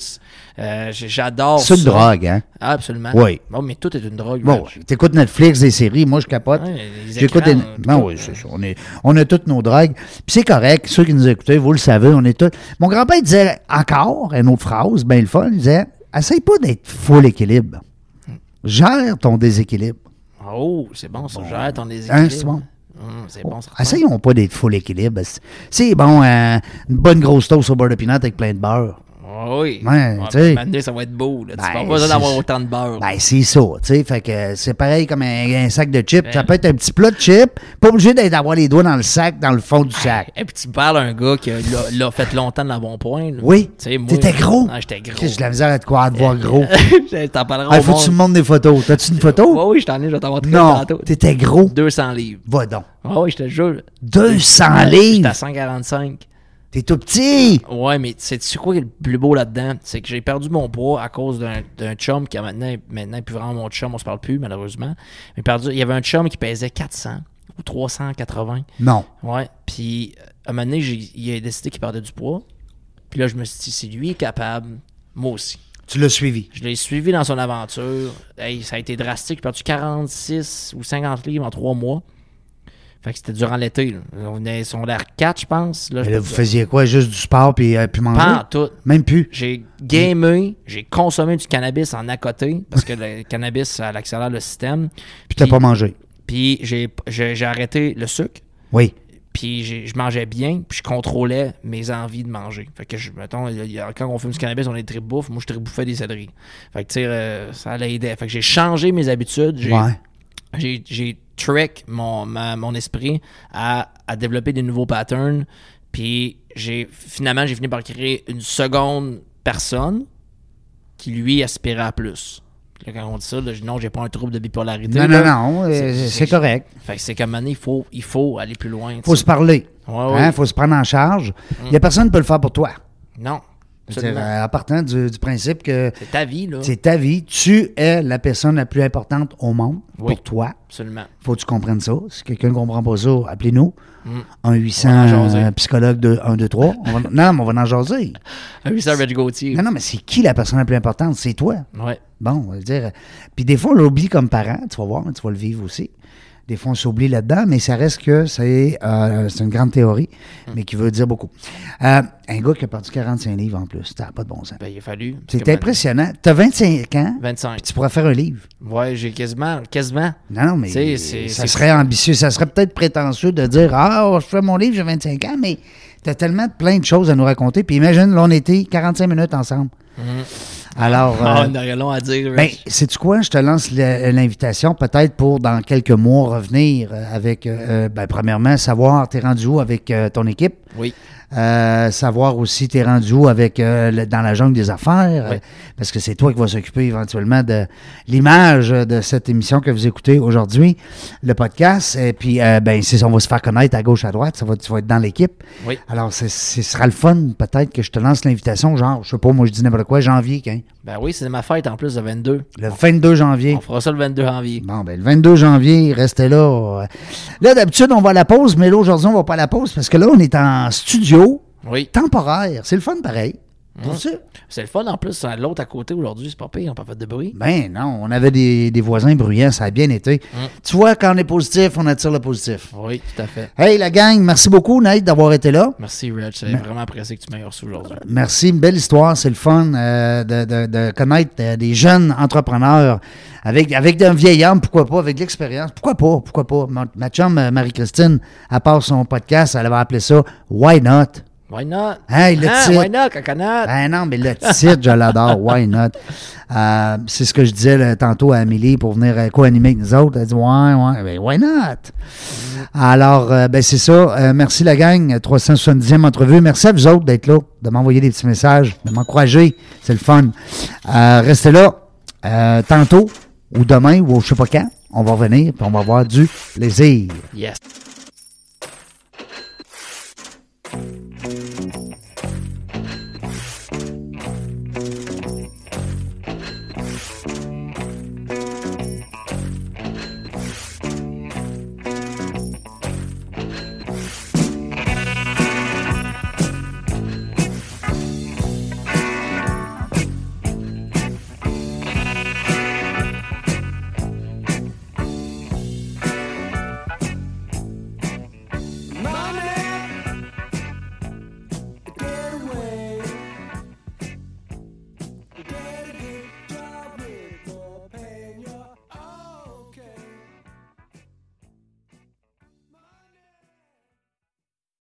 B: Euh, j'ai- J'adore
A: C'est une
B: ça.
A: drogue, hein?
B: Ah, absolument.
A: Oui.
B: Bon, mais tout est une drogue.
A: Bon,
B: Rich.
A: t'écoutes Netflix, des séries, moi je capote.
B: Ouais, les
A: J'écoute
B: écrans, euh,
A: des-
B: en tout
A: Non,
B: cas.
A: oui, c'est ça. On, est... on a toutes nos drogues. Puis c'est correct, ceux qui nous écoutaient, vous le savez, on est tous. Mon grand-père disait encore, une autre phrase, bien le fun, il disait Essaye pas d'être full équilibre. Gère ton déséquilibre.
B: Oh, c'est bon, ça gère ton déséquilibre.
A: Hein, c'est bon.
B: Hum, c'est bon, ça.
A: Essayons pas d'être full équilibre. C'est bon, euh, une bonne grosse toast au beurre de pinot avec plein de beurre.
B: Oui.
A: Ouais,
B: Ouais,
A: tu sais.
B: maintenant, ça va être beau. Là.
A: Ben,
B: tu vas pas besoin d'avoir
A: c'est-
B: autant de beurre.
A: Ben, c'est ça, tu sais. Fait que euh, c'est pareil comme un, un sac de chips.
B: Ben.
A: Ça peut être un petit plat de chips. Pas obligé d'être- d'avoir les doigts dans le sac, dans le fond
B: Ben,
A: du sac.
B: Et Eh, puis tu parles à un gars qui a, l'a- l'a fait longtemps de l'avant-point. là.
A: Oui.
B: Tu sais, moi-
A: T'étais gros.
B: Ah, j'étais gros. Euh,
A: Qu'est-ce que j'ai de la misère à te croire, de voir gros.
B: Je t'en parlerai
A: Ah,
B: au
A: faut que tu me
B: monde.
A: montres des photos. T'as-tu une photo?
B: Oui, oui, je t'en ai, je vais t'en montrer
A: non.
B: tantôt.
A: T'étais gros.
B: 200 livres.
A: Va donc.
B: Ah oui, je te jure.
A: Mmh. 200
B: J'étais à
A: livres.
B: 145.
A: T'es tout petit.
B: Ouais, mais sais-tu quoi qui est le plus beau là-dedans? C'est que j'ai perdu mon poids à cause d'un d'un chum qui a maintenant, maintenant est plus vraiment mon chum, on se parle plus malheureusement. Mais perdu, il y avait un chum qui pesait 400 ou 380.
A: Non.
B: Ouais, puis euh, à un moment donné, j'ai- il a décidé qu'il perdait du poids. Puis là, je me suis dit, si lui est capable, moi aussi.
A: Tu l'as suivi.
B: Je l'ai suivi dans son aventure. Hey, ça a été drastique. J'ai perdu 46 ou 50 livres en trois mois. Fait que c'était durant l'été. là. On venait secondaire 4, je pense. Là,
A: Mais
B: je
A: là,
B: peux
A: vous
B: te
A: faisiez quoi? Juste du sport puis, euh, puis
B: dire, pas
A: manger?
B: en tout.
A: Même plus.
B: J'ai gamé, j'ai consommé du cannabis en à côté, parce que le cannabis, ça accélère le système.
A: Puis t'as pas mangé.
B: Puis j'ai j'ai- j'ai arrêté le sucre,
A: Oui.
B: puis j'ai- je mangeais bien, puis je contrôlais mes envies de manger. Fait que, je, mettons, il y a- quand on fume du cannabis, on est très bouffe. Moi, je tribouffais des céleris. Fait que, tu sais, euh, ça l'aidait. Fait que j'ai changé mes habitudes. J'ai
A: Ouais.
B: j'ai- j'ai trick mon, ma- mon esprit à, à développer des nouveaux patterns. Puis j'ai finalement, j'ai fini par créer une seconde personne qui lui aspirait à plus. Puis là, quand on dit ça, là, je dis non, j'ai pas un trouble de bipolarité.
A: Non, non,
B: là.
A: non. euh,
B: c'est-
A: C'est correct.
B: Fait que c'est comme année, il faut, il faut aller plus loin. tu
A: Faut
B: sais.
A: se parler.
B: Ouais,
A: Hein,
B: ouais.
A: Faut se prendre en charge. Il y a personne qui peut le faire pour toi.
B: Non.
A: C'est-à-dire,
B: absolument.
A: euh, en partant du, du principe que
B: C'est ta vie, là.
A: c'est ta vie, tu es la personne la plus importante au monde
B: Oui.
A: pour toi.
B: Absolument.
A: faut que tu comprennes ça. Si quelqu'un ne comprend pas ça, appelez-nous.
B: Mm. On va en
A: 1-800
B: jaser.
A: euh, psychologue de 1, 2, 3. On va- non, mais on va en jaser.
B: Un huissard Reg Gauthier.
A: Non, non, mais c'est qui la personne la plus importante? C'est toi.
B: Ouais.
A: Bon, on va dire. euh, Puis des fois, on l'oublie comme parent. Tu vas voir, tu vas le vivre aussi. Des fois, on s'oublie là-dedans, mais ça reste que c'est euh, c'est une grande théorie,
B: Hmm.
A: mais qui veut dire beaucoup. Euh, un gars qui a perdu 45 livres en plus, ça n'a pas de bon sens.
B: Ben, il a fallu.
A: C'est
B: Comme-
A: impressionnant. Tu as 25 ans, puis
B: 25.
A: tu pourras faire un livre.
B: Ouais, j'ai quasiment, quasiment.
A: Non, non, mais
B: Tu sais, c'est-
A: ça
B: c'est-
A: serait ambitieux. Ça serait peut-être prétentieux de dire Ah, je fais mon livre, j'ai 25 ans, mais t'as tellement de- plein de choses à nous raconter. Puis imagine, là, on était 45 minutes ensemble. Alors,
B: Ah,
A: euh,
B: on aurait long à dire.
A: ben,
B: Reg.
A: sais-tu quoi? Je te lance le- l'invitation peut-être pour dans quelques mois revenir euh, avec, euh, ben, premièrement, savoir t'es rendu où avec euh, ton équipe.
B: Oui.
A: Euh, savoir aussi t'es rendu où avec euh, le- dans la jungle des affaires euh, parce que c'est toi qui vas s'occuper éventuellement de l'image de cette émission que vous écoutez aujourd'hui le podcast et puis euh, ben c'est ça, on va se faire connaître à gauche à droite ça va tu vas être dans l'équipe
B: Oui.
A: alors c'est- ce sera le fun peut-être que je te lance l'invitation genre je sais pas moi je dis n'importe quoi janvier hein,
B: Ben oui, c'est ma fête en plus le 22.
A: Le 22 janvier.
B: On fera ça le 22 janvier.
A: Bon, ben, le 22 janvier, restez là. Là, d'habitude, on va à la pause, mais là, aujourd'hui, on va pas à la pause parce que là, on est en studio
B: Oui.
A: temporaire. C'est le fun pareil. Pour ça.
B: C'est le fun en plus. hein, L'autre à côté aujourd'hui, c'est pas pire, on n'a pas fait de bruit.
A: Ben non, on avait des, des voisins bruyants, ça a bien été. Tu vois, quand on est positif, on attire le positif.
B: Oui, tout à fait.
A: Hey, la gang, merci beaucoup, Nate, d'avoir été là.
B: Merci, Reg. J'ai
A: Ben.
B: vraiment apprécié que tu m'aies reçu aujourd'hui.
A: Merci, une belle histoire, c'est le fun euh, de, de- de connaître euh, des jeunes entrepreneurs avec, avec un vieil homme, pourquoi pas, avec de l'expérience, pourquoi pas, pourquoi pas. Ma, ma chum, euh, Marie-Christine, à part son podcast, elle avait appelé ça « Why not?
B: Why not?
A: Hey, le
B: Hein,
A: titre.
B: Why not, Cacanat?
A: Ben non, mais le titre, je l'adore, Why not? Euh, c'est ce que je disais là, tantôt à Amélie pour venir euh, co-animer avec nous autres. Elle dit « Ouais, ouais, ben why not? » Alors, euh, ben c'est ça. Euh, merci la gang, 370e entrevue. Merci à vous autres d'être là, de m'envoyer des petits messages, de m'encourager. C'est le fun. Euh, restez là euh, tantôt ou demain ou je sais pas quand. On va revenir puis on va avoir du plaisir.
B: Yes.